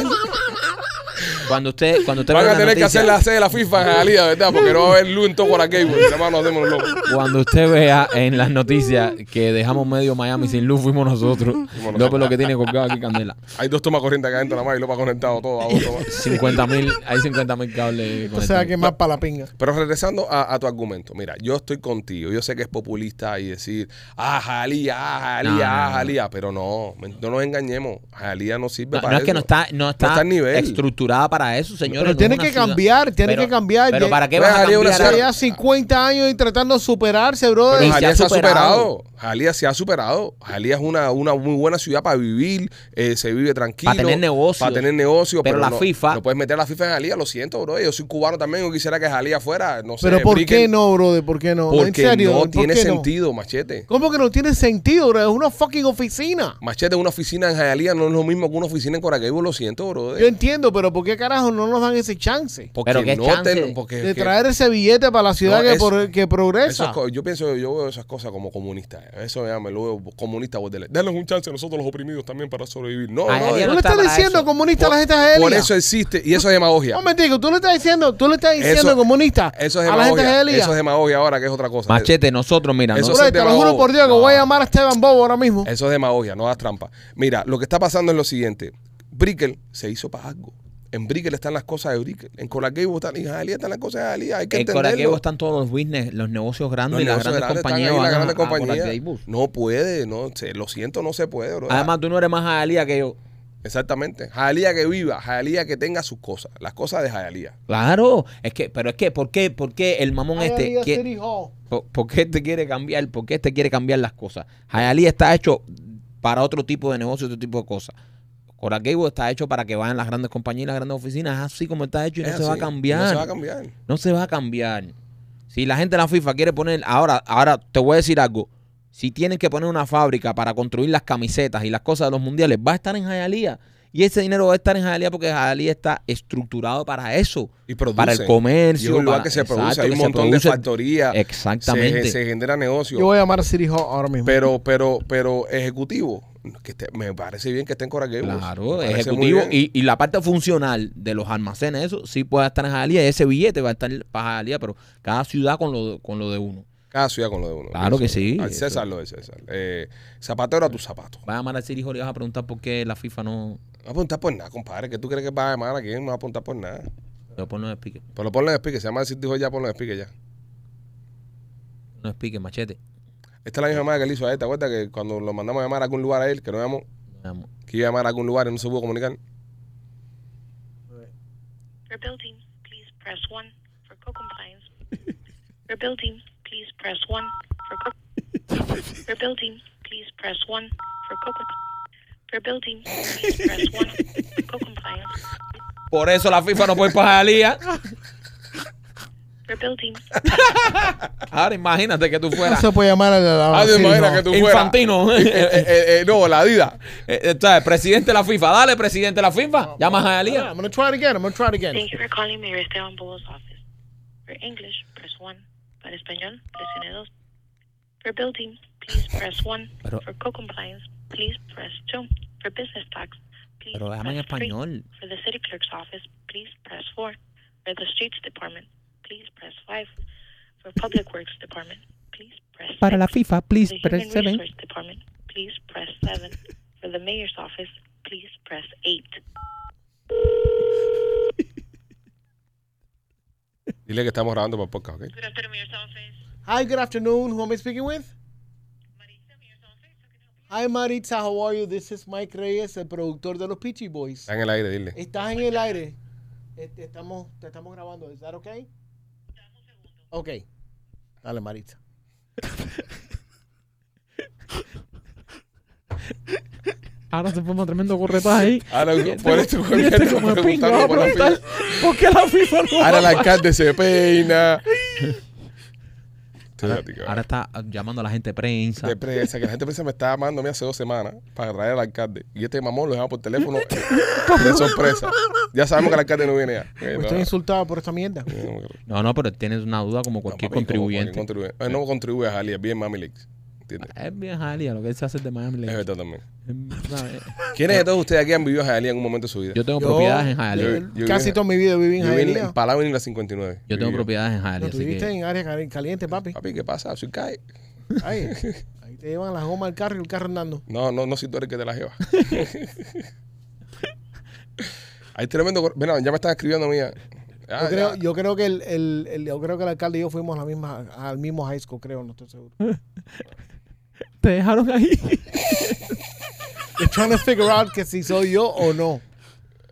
Cuando usted, cuando usted Van vea a la tener que noticia- hacer la sede de la FIFA en Jalía, ¿verdad? Porque no va a haber luz en todo por aquí. Porque además nos hacemos los locos. Cuando usted vea en las noticias que dejamos medio Miami sin luz, fuimos nosotros. nosotros. López lo que tiene colgado aquí, Candela. Hay dos tomacorrientes acá adentro nada más y López ha conectado todo a dos tomas. 50 mil, hay 50 mil cables O sea, conectados. que más para la pinga. Pero regresando a, a tu argumento, mira, yo estoy contigo. Yo sé que es populista y decir, ah, Jalía, ah, Jalía, No, no, ah, no. Jalía. Pero no, me- no nos engañemos. Jalía no sirve No, para no es que eso. no está, no está, está al nivel. estructurada para eso, señores. Pero no tiene es una que ciudad- cambiar, tiene Pero- que cambiar. Pero Ya- para qué Pues, vas a haría una cambiar. ciudad- algo? Ya 50 años y tratando de superarse, brother. Pero Y se Jalía ha se ha superado. superado. Jalía se ha superado. Jalía es una, una muy buena ciudad para vivir. eh, se vive tranquilo. Para tener negocios. Para tener negocios. Pero la no- FIFA- No puedes meter a la FIFA en Jalía. Lo siento, bro. Yo soy cubano también. Yo quisiera que Jalía fuera. No sé. Pero ¿por qué Brickell. no, brother? ¿Por qué no? Porque en serio, no ¿por tiene qué no? sentido, Machete. ¿Cómo que no tiene sentido, brother? Es una fucking oficina. Machete, una oficina en Jalía no es lo mismo que una oficina en Coraquebo. Lo siento, bro. Yo entiendo, pero ¿por qué carajo no nos dan ese chance Porque Pero qué no chance te- porque de que- traer ese billete para la ciudad No, que, eso- por- que Eso es progresa? co- yo pienso, yo veo esas cosas como comunistas. eh. Eso ya me lo veo comunista. bordele. Denles un chance a nosotros los oprimidos también para sobrevivir. No, Ay, no, Jalía ¿Tú no le está estás para diciendo eso. comunista por, a la gente de Elia? por eso existe. Y eso es demagogia. Un momentico, tú le estás diciendo, tú le estás diciendo comunista Eso es a la gente de demagogia. Elia. Eso es demagogia ahora, que es otra cosa. Machete, nosotros, mira, Eso nosotros- Brother, te lo juro demagogo. por Dios que voy a llamar a Esteban Bobo ahora mismo. Eso es demagogia, no hagas trampa. Mira, lo que está pasando es lo siguiente. Brickell se hizo para algo. En Brickell están las cosas de Brickell. En Coraquebo están, en Jalía están las cosas de Jalía. Hay que en entenderlo. Coraquebo están todos los business, los negocios grandes, Los y las negocios grandes grandes están compañías. ahí, las van a- grandes a Coral compañías. Gables. No puede, no, se- lo siento, no se puede, bro. Además, tú no eres más alía que yo. Exactamente. Jalía que viva, Jalía que tenga sus cosas, las cosas de Jalía. Claro, es que, pero es que, ¿por qué, por qué el mamón Ay, este, amiga, quie- City Hall. por, por qué te quiere cambiar, por qué este quiere cambiar las cosas? Hialeah está hecho para otro tipo de negocio, otro tipo de cosas. Coral Gables está hecho para que vayan las grandes compañías, y las grandes oficinas, así como está hecho y no Es se va a así, cambiar. No se va a cambiar. No se va a cambiar. Si la gente de la FIFA quiere poner, ahora, ahora te voy a decir algo. Si tienen que poner una fábrica para construir las camisetas y las cosas de los mundiales, va a estar en Jayalía. Y ese dinero va a estar en Jayalía porque Jayalía está estructurado para eso. Y produce. Para el Y es comercio. un lugar para- que se exacto, produce, hay que un se montón produce. de factorías. Exactamente. Se, se genera negocio. Yo voy a llamar a City Hall ahora mismo. Pero, pero, pero ejecutivo, que esté- me parece bien que esté en Coral Gables. Claro, Me parece muy ejecutivo. bien. Y, y la parte funcional de los almacenes, eso sí puede estar en Jayalía. Ese billete va a estar para Jayalía, pero cada ciudad con lo, con lo de uno. Cada ciudad Ah, con lo de uno. Claro que Eso, sí, Al eso. César lo de César. Eh, zapatero a tu zapato. Vas a llamar al City Hall y vas a preguntar por qué la FIFA no. No apuntar por nada, compadre. que tú crees que va a llamar a quién? No va a apuntar por nada. Pero pues no explique. Pero ponlo en speaker. Se llama decir, dijo ya, ponlo en speaker ya. No explique, machete. Esta es la misma llamada que él hizo a él. ¿Te acuerdas que cuando lo mandamos a llamar a algún lugar a él, que no llamó, Vamos. que iba a llamar a algún lugar y no se pudo comunicar? Eh, For building, please press 1 for co-compliance. For building, please press 1 for co- For building, please press 1 for co- For building, please press 1 for co-compliance. Por eso la FIFA no puede pagar al día. For building, Ahora imagínate que tú no fueras se puede llamar a la, a Ah, de City manera Hall. que tú fueras. infantino. Eh, eh, Eh, eh, eh, no, la Dida. eh, ¿sabes? Presidente de la FIFA. Dale, presidente de la FIFA. Llamas a Jalía. I'm gonna try it again. I'm gonna try it again. thank you for calling Mayor Esteban Bobo's office. For English, press 1. Para español, presione 2. For building, please press 1. Pero- For co-compliance, please press 2. For business tax, please Pero llama en press 3. español. For the city clerk's office, please press 4. For the streets department, please press 5. For public works department, please press 6. FIFA, For the human resource department, please press 7. For the mayor's office, please press 8. Dile que estamos grabando para podcast, ¿ok? Good afternoon, mayor's office. Hi, good afternoon. Who am I speaking with? Hi Maritza, how are you? This is Mike Reyes, el productor de los Peachy Boys. Está en el aire, dile. Estás en el aire. Este, Estamos, te estamos grabando. ¿Es that okay? Ok. Dale, Maritza. Ahora se forma tremendo corretaje ahí. Ahora, por esto, Y este como el pingo va a preguntar por qué la FIFA no Ahora el va a- alcalde se peina. Estoy Ahora, a ti, cabrón. ahora está llamando a la gente de prensa. de prensa, que la gente de prensa me estaba llamándome hace dos semanas para traer al alcalde. Y este mamón lo llama por teléfono eh, de sorpresa. Ya sabemos que el alcalde no viene ya. Pues Eh, Me no, estoy insultado por esta mierda. no, no, no, No, no, pero tienes una duda como cualquier papi, como contribuyente. cualquier contribuyente. Eh, no contribuye a Jalí, es bien Mami Leaks. ¿Entiendes? Es bien Jalía lo que él se hace de Miami. Es Lakers. verdad también. Eh, Es- ¿sabes? ¿Quiénes de todos ustedes aquí han vivido a Jalí en un momento de su vida? Yo tengo Yo- propiedades en yo- Jalía. Yo viví casi en- toda mi vida viví en Yo viví en, Jailia. en Palau en la 59. Yo tengo Viví- propiedades en No, Jalía. así tuviste que- en área cal- caliente, papi. Papi, ¿qué pasa? Soy cae. Ay, ahí te llevan las gomas del carro y el carro andando. No, no, no si tú eres el que te la lleva. Hay tremendo. cor- Mira, ya me están escribiendo mía. Ah, Yo creo, ya. yo creo que el, el- el- yo creo que el alcalde y yo fuimos a la misma, al mismo high school, creo, no estoy seguro. Te dejaron ahí. They're trying to figure out que si soy yo o no.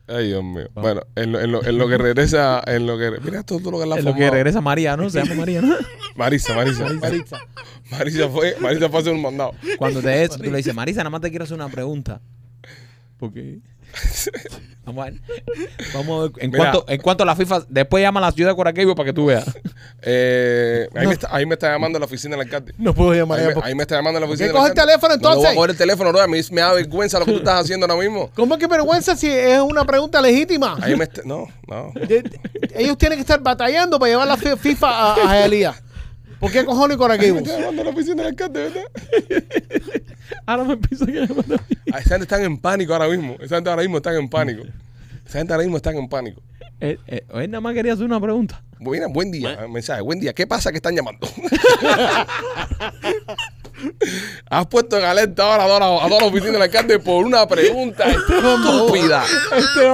Ay, Dios mío. Ah. Bueno, en lo, en lo- en lo que regresa, en lo que. Mira todo lo que la En lo que fumado. regresa Mariano, se llama Mariano. Marisa, Marisa. Maritza. Marisa fue, Marisa fue a hacer un mandado. Cuando te des, tú le dices, Marisa, nada más te quiero hacer una pregunta. ¿Por qué? Vamos a ver. Vamos a ver. En, Mira. cuanto, en cuanto a la FIFA, después llama a la ciudad de Coraquillo para que tú veas. Eh, ahí, me está, ahí me está llamando la oficina del alcalde. No puedo llamar Ahí me, a ella porque- ahí me está llamando la oficina. qué del coge el alcalde. teléfono, No lo voy entonces? a coger el teléfono, bro. A mí me da vergüenza lo que tú estás haciendo ahora mismo. ¿Cómo que vergüenza si es una pregunta legítima? Ahí me está- No, no. De- de- ellos tienen que estar batallando para llevar la fi- FIFA a, a Jalía. ¿Por qué cojones con Ahí me aquellos? está llamando la oficina del alcalde, ¿verdad? Ahora Ah, me empiezo a llamar a mí. Ah, Esa gente están en pánico ahora mismo. Esa gente ahora mismo están en pánico. Esa gente ahora mismo están en pánico. Eh, Él, él- él nada más quería hacer una pregunta. Buena, buen día. Ah, Mensaje, buen día. ¿Qué pasa que están llamando? Has puesto en alerta ahora a toda la- a toda la oficina del alcalde por una pregunta estúpida.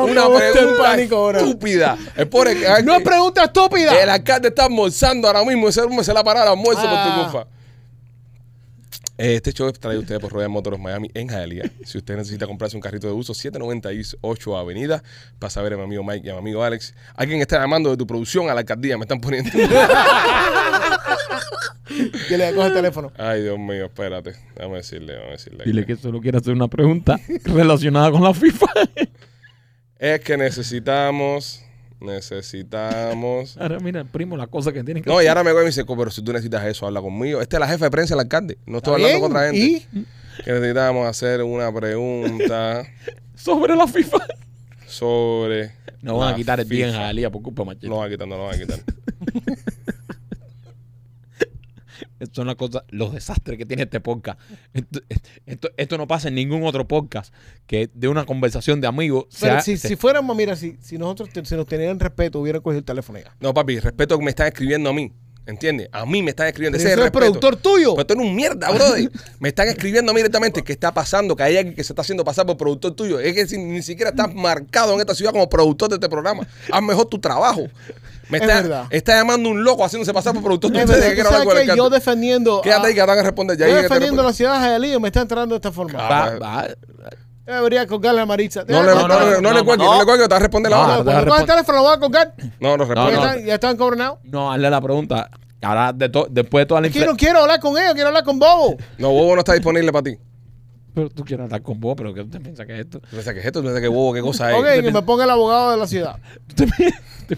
una hombre está en pregunta pánico ahora. estúpida. El pobre que- No es pregunta estúpida. el alcalde está almorzando ahora mismo. Ese hombre se la paró al almuerzo por Ah. tu culpa. Eh, Este show es traído a ustedes por Royal Motors Miami en Hialeah. Si usted necesita comprarse un carrito de uso, 798 Avenida. Pasa a ver a mi amigo Mike y a mi amigo Alex. Alguien está llamando de tu producción a la alcaldía, me están poniendo. Que le coge el teléfono. Ay, Dios mío, espérate. Déjame decirle, déjame decirle. Dile que solo quiere hacer una pregunta relacionada con la FIFA. Es que necesitamos, necesitamos. Ahora mira, primo, la cosa que tiene que No, y ahora me voy y me dice, "Co, pero si tú necesitas eso, habla conmigo. Esta es la jefa de prensa del alcalde. No estoy ¿Está hablando con otra bien? gente. Que necesitamos hacer una pregunta sobre la FIFA. sobre. No van la a quitar el bien FIFA. a Alía por culpa, machete. No van a quitar, no lo van a quitar. Estas son las cosas, los desastres que tiene este podcast. Esto, esto- esto no pasa en ningún otro podcast que de una conversación de amigos. Y, se pero ha- si, se- si fuéramos, mira, si, si nosotros te- si nos tenían respeto, hubieran cogido el teléfono ya. No, papi, respeto que me están escribiendo a mí. ¿Entiendes? A mí me están escribiendo. Pero Ese yo es el soy el respeto. Pues, productor tuyo. Pero tú eres un mierda, brother. Me están escribiendo a mí directamente qué está pasando, que hay alguien que se está haciendo pasar por productor tuyo. Es que si- ni siquiera estás marcado en esta ciudad como productor de este programa. Haz mejor tu trabajo. Me Es está, verdad. está llamando un loco haciéndose pasar por productor de Es ustedes verdad, que tú quiero hablar sabes con el que yo alcalde. defendiendo. Quédate a- ahí que van a responder. Ya yo llegué, te defendiendo la respondo. ciudad de Jalí y me está entrando de esta forma. Ah. va- va- Yo debería colgarle a Maritza. No le, no, No, no, le- no, no, le cuelgues, no, no. le cuelgues, te va a responder la No, hora. no, Cuando Deja coge el responder. teléfono, lo voy a colgar. No, Ah, no, Ya responde. no. están- Ya están cobronados. no, hazle la pregunta. Ahora, de to- después de toda la Es que yo infla- no quiero hablar con ellos, quiero hablar con Bobo. No, Bobo no está disponible para ti. Pero tú quieres hablar con vos, pero ¿qué tú te piensas que es esto? ¿Tú piensas que es esto? ¿Tú piensas que Bobo qué cosa es? Ok, que me ponga el abogado de la ciudad. ¿Tú te- te-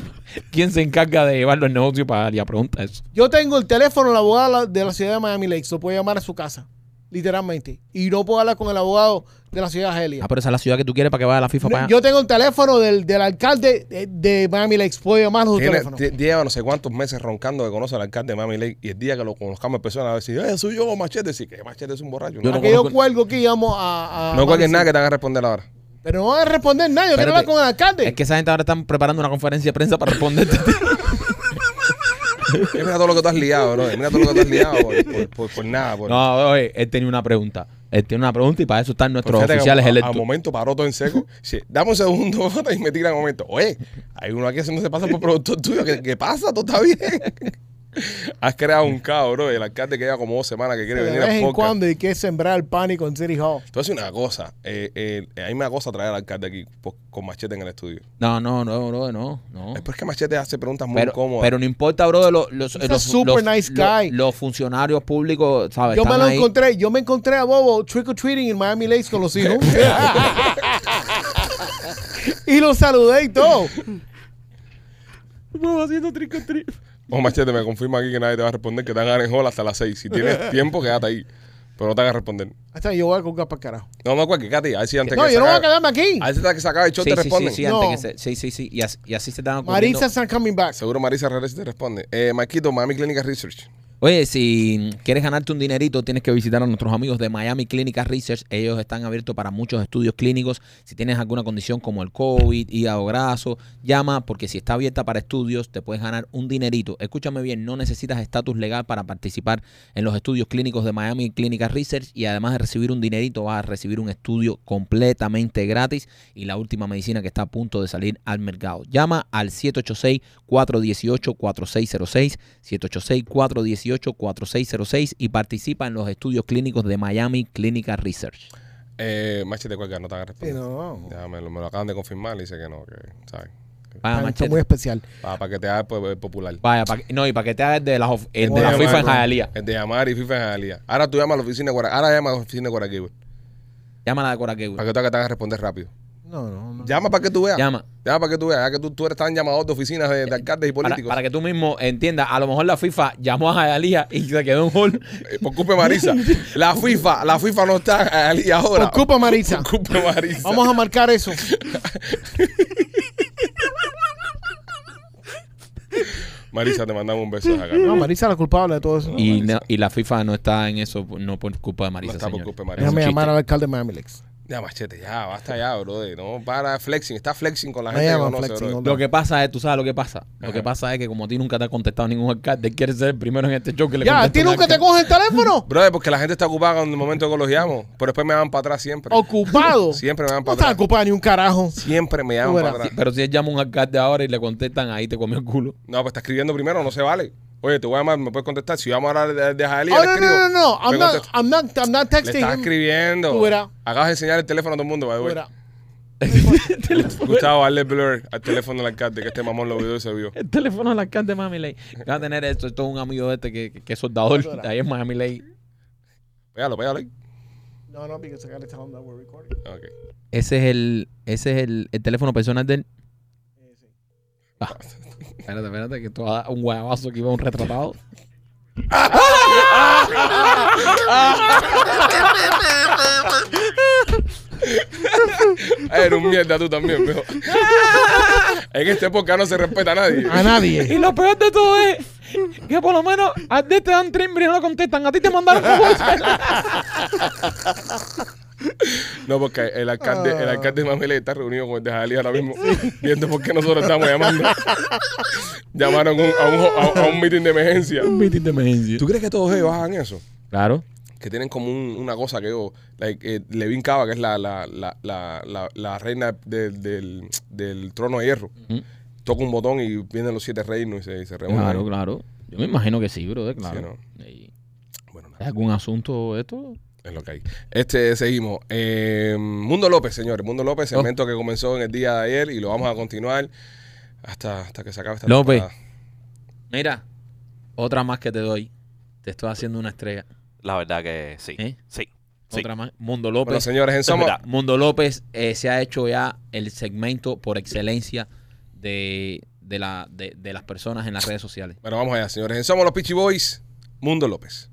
¿Quién se encarga de llevarlo al negocio para Alía? Pregunta eso. Yo tengo el teléfono del abogado de la- de la ciudad de Miami Lakes. Lo puedo llamar a su casa, literalmente. Y no puedo hablar con el abogado de la ciudad de Helia. Ah, pero esa es la ciudad que tú quieres para que vaya a la FIFA. para allá. Yo tengo el teléfono del, del alcalde de, de Miami Lakes. Puedo llamar a su Tiene- teléfono. tie- lleva no sé cuántos meses roncando que conoce al alcalde de Mami Lake y el día que lo conozcamos en persona va a decir, eh, soy yo, machete. Sí, que machete es un borracho. Yo no no A que yo conozco- cuelgo que llamo a. a no cualquier nada Maritza. que te van a responder ahora. Pero no van a responder nada. Yo quiero Espérate. hablar con el alcalde. Es que esa gente ahora están preparando una conferencia de prensa para responderte. Eh, Mira todo lo que tú has liado, bro. Mira todo lo que tú has liado por, por- por- por nada. Por, no, oye, él tenía una pregunta. Él tiene una pregunta y para eso están por nuestros Pues fíjate que oficiales a- a, electos. momento paró todo en seco. Sí, dame un segundo y me tiran a momento. Oye, hay uno aquí haciéndose pasar por productor tuyo. ¿Qué, qué pasa? ¿Todo está bien? Has creado un caos, bro. El alcalde que lleva como dos semanas que quiere de venir a vez en podcast. cuando hay que sembrar el pánico en City Hall. Entonces, una cosa. Eh, eh, a mí me da cosa traer al alcalde aquí po- con machete en el estudio. No, no, no, bro, no, no. Mm. Es porque Machete hace preguntas muy Pero, incómodas. pero no importa, bro, los, los, He's a los- super los- nice los- guy. los funcionarios públicos, Pues ¿sabes? Yo me Están lo ahí. encontré, yo me encontré a Bobo trick or treating en Miami Lakes con los hijos. y lo saludé y todo. Vamos haciendo trick or treat. Oh, Machete, me confirma aquí que nadie te va a responder que te hagan en hola hasta las 6. Si tienes tiempo, quédate ahí. Pero no te hagas responder. Hasta yo voy a colgar para carajo. No, no, cualquier, quédate ahí. A ver si antes No, que yo no se voy a acabe- quedarme aquí. A ver si hasta que se acabe el show Sí, te sí, sí, responden. sí, antes No. que se- sí, sí, sí, y así, y así se están ocurriendo. Maritza not coming back. Seguro Marisa regresa y te responde. Eh, Maquito, Miami Clinical Research. Oye, si quieres ganarte un dinerito, tienes que visitar a nuestros amigos de Miami Clinical Research. Ellos están abiertos para muchos estudios clínicos. Si tienes alguna condición como el COVID, hígado graso, llama porque si está abierta para estudios, te puedes ganar un dinerito. Escúchame bien, no necesitas estatus legal para participar en los estudios clínicos de Miami Clinical Research y además de recibir un dinerito, vas a recibir un estudio completamente gratis y la última medicina que está a punto de salir al mercado. Llama al 786-418-4606, 786-418-4606 y participa en los estudios clínicos de Miami Clinical Research. Eh, machete, cualquier, no te hagas Sí, responder. no, Ya, me, lo, me lo acaban de confirmar. Le dice que no, que, ¿sabes? Ah, Vaya, Tanto Machete. muy especial. Para, que te hagas pues, popular. Vaya, pa' que- no, y para que te hagas de la, of- el de de la llamar, FIFA en bro. Hialeah. El de llamar y FIFA en Jalía. Ahora tú llamas a la oficina de Guara- Ahora llama a la oficina de Guaraquí, Llámala de Coraqueu. Para que tú hagas- te hagas responder rápido. No, no, no. Llama para que tú veas. Llama. Llama para que tú veas. Ya que tú, tú eres tan llamador de oficinas de, de alcaldes y Para, políticos. eh, para que tú mismo entiendas, a lo mejor la FIFA llamó a Hialeah y se quedó en hall. Eh, Por culpa de Marisa. La FIFA, la FIFA no está ahí ahora. Por culpa, Maritza. Por culpa de Marisa. Vamos a marcar eso. Marisa, te mandamos un beso. deja acá. No, Maritza es la culpable de todo eso. Y, Marisa. no- y la FIFA no está en eso, no por culpa de Marisa. No está por señores. culpa de Marisa. Es un Déjame llamar chiste. al alcalde de Miami Lakes. Ya, machete, ya, basta ya, brother. No, para flexing. Está flexing con la No gente que llama conoce, flexing, brother. no. Lo que pasa es, tú sabes lo que pasa. Lo Ajá. que pasa es que como a ti nunca te ha contestado ningún alcalde, él quiere ser el primero en este show que le Ya, a conteste ti un nunca te alcalde. coge el teléfono. Brother, porque la gente está ocupada en el momento que los llamo. Pero después me van para atrás siempre. Oh, Ocupado. Siempre me van No para estás atrás. ocupado ni un carajo. Siempre me Tú llaman para verás. atrás. Pero si él llama a un alcalde ahora y le contestan, ahí te comió el culo. No, pues está escribiendo primero, no se vale. Oye, te voy a llamar, me puedes contestar. Si vamos a hablar de, de Jalía, Oh, le no, escribo. no, no, no. Me I'm not, contesta. I'm not, I'm not Le texting estás him. escribiendo. Fuera. Acabas de enseñar el teléfono a todo el mundo, by the way. Fuera. Gustavo, hazle blur al teléfono del alcalde, que este mamón lo vio y se vio. El teléfono de la alcalde de Miami Lake. Va a tener esto. Esto es un amigo de este que, que, que es soldador. de Ahí es Miami Lake. Pégalo, pégalo ahí. No, no, because I gotta tell him that we're recording. Ok. Ese es el, ese es el, el teléfono personal de él. Ah. Espérate, espérate, que tú vas a dar un guayabazo que iba un retratado. Ay, Eres un mierda tú también, pero. en este podcast no se respeta a nadie. A nadie. Y lo peor de todo es que por lo menos a ti te dan timbre y no contestan. A ti te mandaron un WhatsApp. No, porque el alcalde, Ah. el alcalde de Mamele está reunido con el de Jalía ahora mismo, viendo por qué nosotros estamos llamando. Llamaron un- a, un, jo- a, a un meeting de emergencia. meeting de emergencia. ¿Tú crees que todos ellos hagan eso? Claro. Que tienen como un- una cosa que yo, like, eh, Levin Cava, que es la, la, la, la, la, la reina del, del, del trono de hierro, toca un botón y vienen los siete reinos y se, y se reúnen. Claro, claro. Yo me imagino que sí, brother, claro. ¿Y Bueno, nada. ¿Es algún asunto esto? Es lo que hay. Este, seguimos. Eh, Mundo López, señores. Mundo López, Oh. segmento que comenzó en el día de ayer y lo vamos a continuar hasta, hasta que se acabe esta López. temporada. Mira, otra más que te doy. Te estoy haciendo una estrella. La verdad que sí. ¿Eh? Sí. sí. Otra más. Mundo Bueno, López. señores, en Somos... Mira, Mundo López eh, se ha hecho ya el segmento por excelencia de, de, la, de, de las personas en las redes sociales. Bueno, vamos allá, señores. En Somos los Pichi Boys, Mundo López.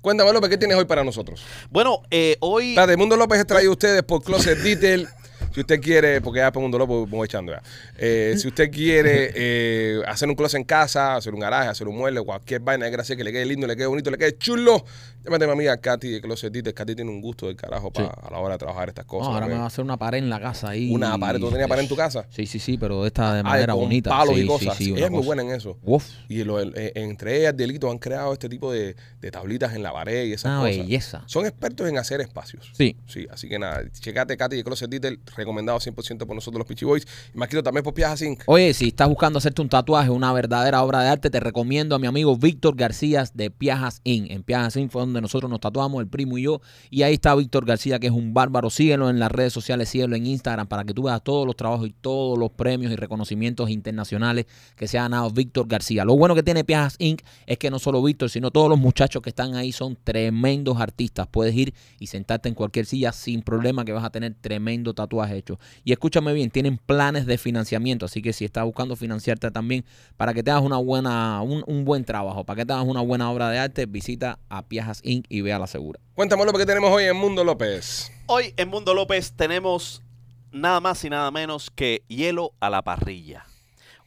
Cuéntame, López, ¿qué tienes hoy para nosotros? Bueno, eh, hoy. Espérate, Mundo López es traído a ustedes por Closet Detail. Si usted quiere, porque ya por Mundo López me voy echando ya. Eh, si usted quiere eh, hacer un closet en casa, hacer un garaje, hacer un mueble, cualquier vaina de gracia que le quede lindo, le quede bonito, le quede chulo, llámate a mi amiga Katy de Closet Detail. Katy tiene un gusto del carajo pa- a la hora de trabajar estas No, cosas. ahora ¿no? me va a hacer una pared en la casa ahí. Una pared. ¿Tú tenías pared en tu casa? Sí, sí, sí, pero esta de Ah, manera con bonita. palos sí, y sí, cosas. sí, una Ella es muy cosa. buena en eso. Uf, Y lo- el- eh, entre ellas, Delito, han creado este tipo de, de tablitas en la pared y esas una cosas. Ah, belleza. Son expertos en hacer espacios. Sí. Sí, así que nada, checate Katy de Closet Detail, recomendado 100% por nosotros los Pichi Boys. Y Maquito también por Piaja Zinc. Oye, si estás buscando hacerte un tatuaje, una verdadera obra de arte, te recomiendo a mi amigo Víctor García de Piajas Inn. En Piajas Inn fue donde nosotros nos tatuamos, el primo y yo. Y ahí está Víctor García, que es un bárbaro. Síguelo en las redes sociales, síguelo en Instagram para que tú veas todos los trabajos y todos los premios y reconocimientos internacionales que se ha ganado Víctor García. Lo bueno que tiene Piajas Inc. es que no solo Víctor, sino todos los muchachos que están ahí son tremendos artistas. Puedes ir y sentarte en cualquier silla sin problema que vas a tener tremendo tatuaje hecho. Y escúchame bien, tienen planes de financiamiento, así que si estás buscando financiarte también para que te hagas una buena, un, un buen trabajo, para que te hagas una buena obra de arte, visita a Piajas Inc. y vea la segura. Cuéntame lo que tenemos hoy en Mundo López. Hoy en Mundo López tenemos nada más y nada menos que hielo a la parrilla.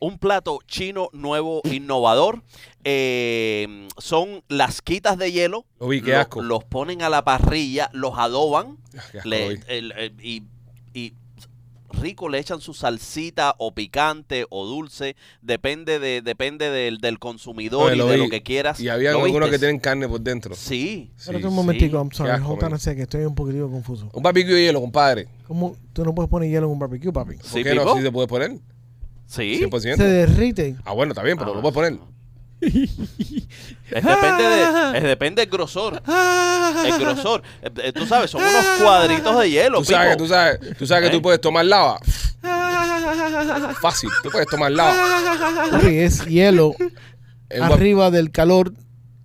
Un plato chino nuevo, innovador. Eh, son las quitas de hielo. Lo vi, qué Lo- asco. Los ponen a la parrilla, los adoban. Ah, qué asco le- lo vi. el- el- y, y rico le echan su salsita o picante o dulce. Depende, de, depende del, del consumidor Oye, y lo de vi. lo que quieras. Y había ¿Lo algunos que viste? tienen carne por dentro. Sí. Espérate Sí, un momentico, sí. I'm Qué sorry. asco, Hold on man. a second, estoy un poquitito confuso. Un barbecue de hielo, compadre. ¿Cómo tú no puedes poner hielo en un barbecue, papi? ¿Por Sí, qué no? Pipo. ¿Sí pues. se puede poner? Sí. 100%. Se derrite. Ah, bueno, está bien, pero Ah. lo puedes poner. Es depende, de, es depende del grosor. El grosor. Eh, eh, Tú sabes, son unos cuadritos de hielo. Tú sabes, que, Pipo. tú sabes, tú sabes que ¿Eh? tú puedes tomar lava. Fácil, tú puedes tomar lava. Papi, es hielo En un bar- arriba del calor.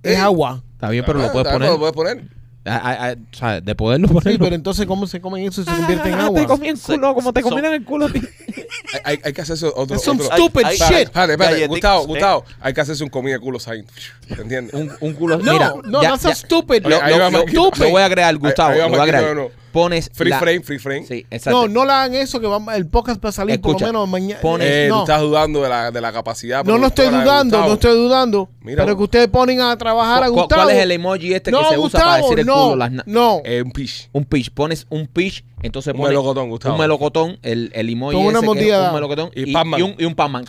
Es Eh. agua. Está bien, pero lo Ah, puedes está bien, poner. Lo puedes poner. Ah, ah, ah, o sea, de poderlo poner. Sí, pero entonces, ¿cómo se comen eso y se convierte en agua? en Se- culo, como te son- comieron el culo a ti. Hay- Hay, hay que hacer eso otro. Es un otro- stupid Ay, ay, Espérate, shit. ay. espérate, espérate. Galletitas, Gustavo, ¿eh? Gustavo, hay que hacerse un comida culo sign. ¿Te entiendes? Un, un culo. No, Mira, no, ya- that's so ya- stupid. Ahí- ahí lo- va lo- Marquito. lo voy a agregar, Ahí- Gustavo. ahí va lo voy a Marquito, agregar. no, no. pones Free la- frame, ¿eh? free frame. Sí, exacto. No, no le hagan eso, que vamos- el podcast va a salir por Escucha, lo menos mañana. pones- Eh, no, Tú estás dudando de la, de la capacidad. no, no estoy productora de dudando, Gustavo. no estoy dudando. Mira, pero que ustedes ponen a trabajar a ¿Cu- cu- Gustavo. ¿Cuál es el emoji este no, que se usa para Gustavo, decir el no, culo? Las na- no. Eh, un pitch. un pitch, pones un pitch, entonces Un pones melocotón, Gustavo. un melocotón, el, el emoji Con una ese que es mordida. un melocotón Y y, Pac-Man. y un, y un Pac-Man.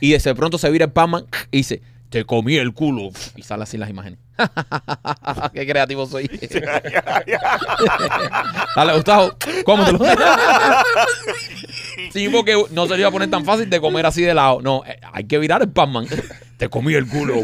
y de ese pronto se vira el Pac-Man y dice, te comí el culo. Y sale así las imágenes. Qué creativo soy. Dale, Gustavo, cómetelo. sí, porque no se le iba a poner tan fácil de comer así de lado. No, eh, hay que virar el Pac-Man. te comí el culo.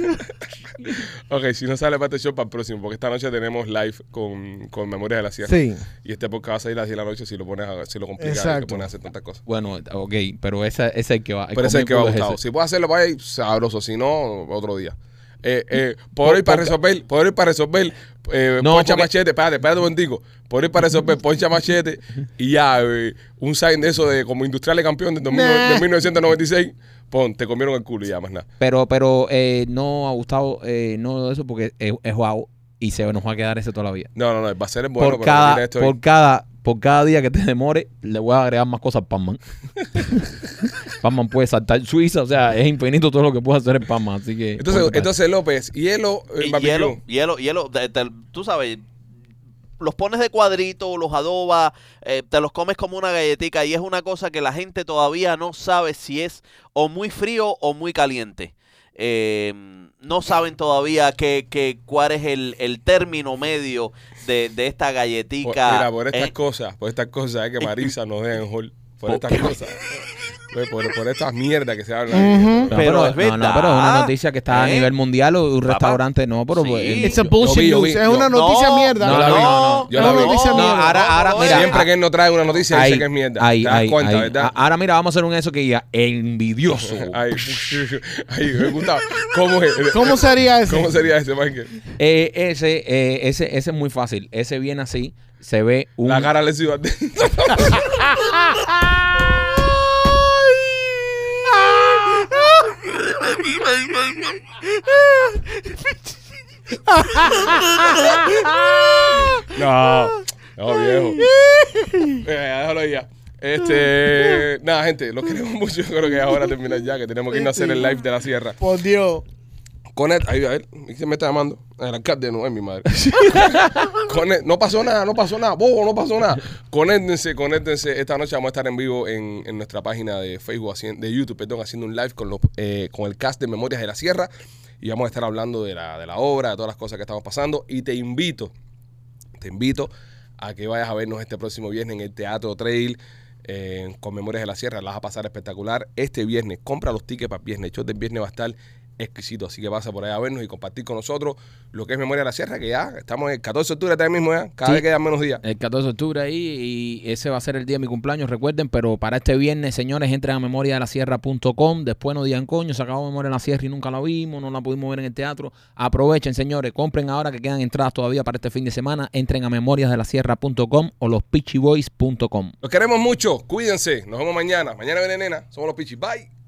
Ok, si no sale para este show, para el próximo. Porque esta noche tenemos live con, con Memorias de la Sierra. Sí. Y este podcast va a salir a las 10 de la noche si lo pones a, si lo complicas y te Exacto. pones a hacer tantas cosas. Bueno, ok, pero ese, ese es el que va. Pero ese es el que va a comer culo es Gustavo. ese. Si puedes hacerlo, vaya y sabroso. Si no, otro día. Eh, eh, poder ir para resolver, poder ir para resolver, eh, No, poncha porque- machete, espérate, espérate un momentico, poder ir para resolver, poncha machete y ya, eh, un sign de eso de como industriales campeón de, 2009 Nah. de 1996, pon, te comieron el culo y ya más nada. Pero, pero eh, no a Gustavo, eh, no eso, porque es, es guau y se nos va a quedar ese toda la vida. No, no, no, va a ser el bueno, pero por, no tiene cada, esto ahí. por, cada, por cada día que te demore, le voy a agregar más cosas a Pac-Man. Pac-Man puede saltar Suiza, o sea, es infinito todo lo que puede hacer el Pac-Man. Así que. Entonces, ponte para entonces López, hielo, eh, Y barbecue. hielo, hielo, hielo, de- de- tú sabes, los pones de cuadrito, los adobas, eh, te los comes como una galletica y es una cosa que la gente todavía no sabe si es o muy frío o muy caliente. Eh, no saben todavía qué, qué- cuál es el, el término medio de, de esta Por- galletica. mira, por estas Eh, cosas, por estas cosas es que Marisa nos deja en hall. Por estas cosas. Por, por, por estas mierdas que se hablan. ahí. Ujú. atrás. No, pero es no, no, verdad. pero es una noticia que está ¿Eh? a nivel mundial o un Papá. restaurante, no, pero. Sí. eh, It's yo- a yo bullshit vi, yo news. vi. Es una No, noticia mierda. no la vi, no, yo la no, vi. Noticia no, no, mierda. ahora, ahora, no, mira. Siempre ah, que él no trae una noticia, ahí, dice que es mierda. ahí, ¿Te das ahí, cuenta, ahí. verdad? Ah, Ahora mira, vamos a hacer un eso que diga envidioso. Ahí, ahí, me gusta. ¿Cómo, es? ¿Cómo sería eso? ¿Cómo sería ese, Michael? Eh, ese, eh, ese, ese es muy fácil. Ese viene así, se ve un. La cara le ciudad. No, no, viejo. Eh, déjalo ahí ya. Este, nada, gente, los queremos mucho. Creo que ahora termina ya, que tenemos que irnos a hacer el live de la sierra. Por Dios. Conet, este, ahí, a ver, ¿quién me está llamando? El alcalde no es mi madre. Conect- no pasó nada, no pasó nada, bobo, no pasó nada. Conéctense, conéctense. Esta noche vamos a estar en vivo en, en nuestra página de Facebook, haciendo- de YouTube, perdón, haciendo un live con, los, eh, con el cast de Memorias de la Sierra. Y vamos a estar hablando de la, de la obra, de todas las cosas que estamos pasando. Y te invito, te invito a que vayas a vernos este próximo viernes en el Teatro Trail eh, con Memorias de la Sierra. La vas a pasar espectacular este viernes. Compra los tickets para el viernes. El show del viernes va a estar exquisito. Así que pasa por allá a vernos y compartir con nosotros lo que es Memorias de la Sierra, que ya estamos en el 14 de octubre, está ahí mismo ya. Cada Sí. vez quedan menos días. El 14 de octubre ahí y ese va a ser el día de mi cumpleaños, recuerden, pero para este viernes, señores, entren a memoriadelasierra.com, después no digan coño, se acabó Memoria de la Sierra y nunca la vimos, no la pudimos ver en el teatro. Aprovechen, señores, compren ahora que quedan entradas todavía para este fin de semana, entren a memoriasdelasierra.com o lospitchyboys.com. Los queremos mucho. Cuídense. Nos vemos mañana. Mañana viene nena. Somos los Pichis. Bye.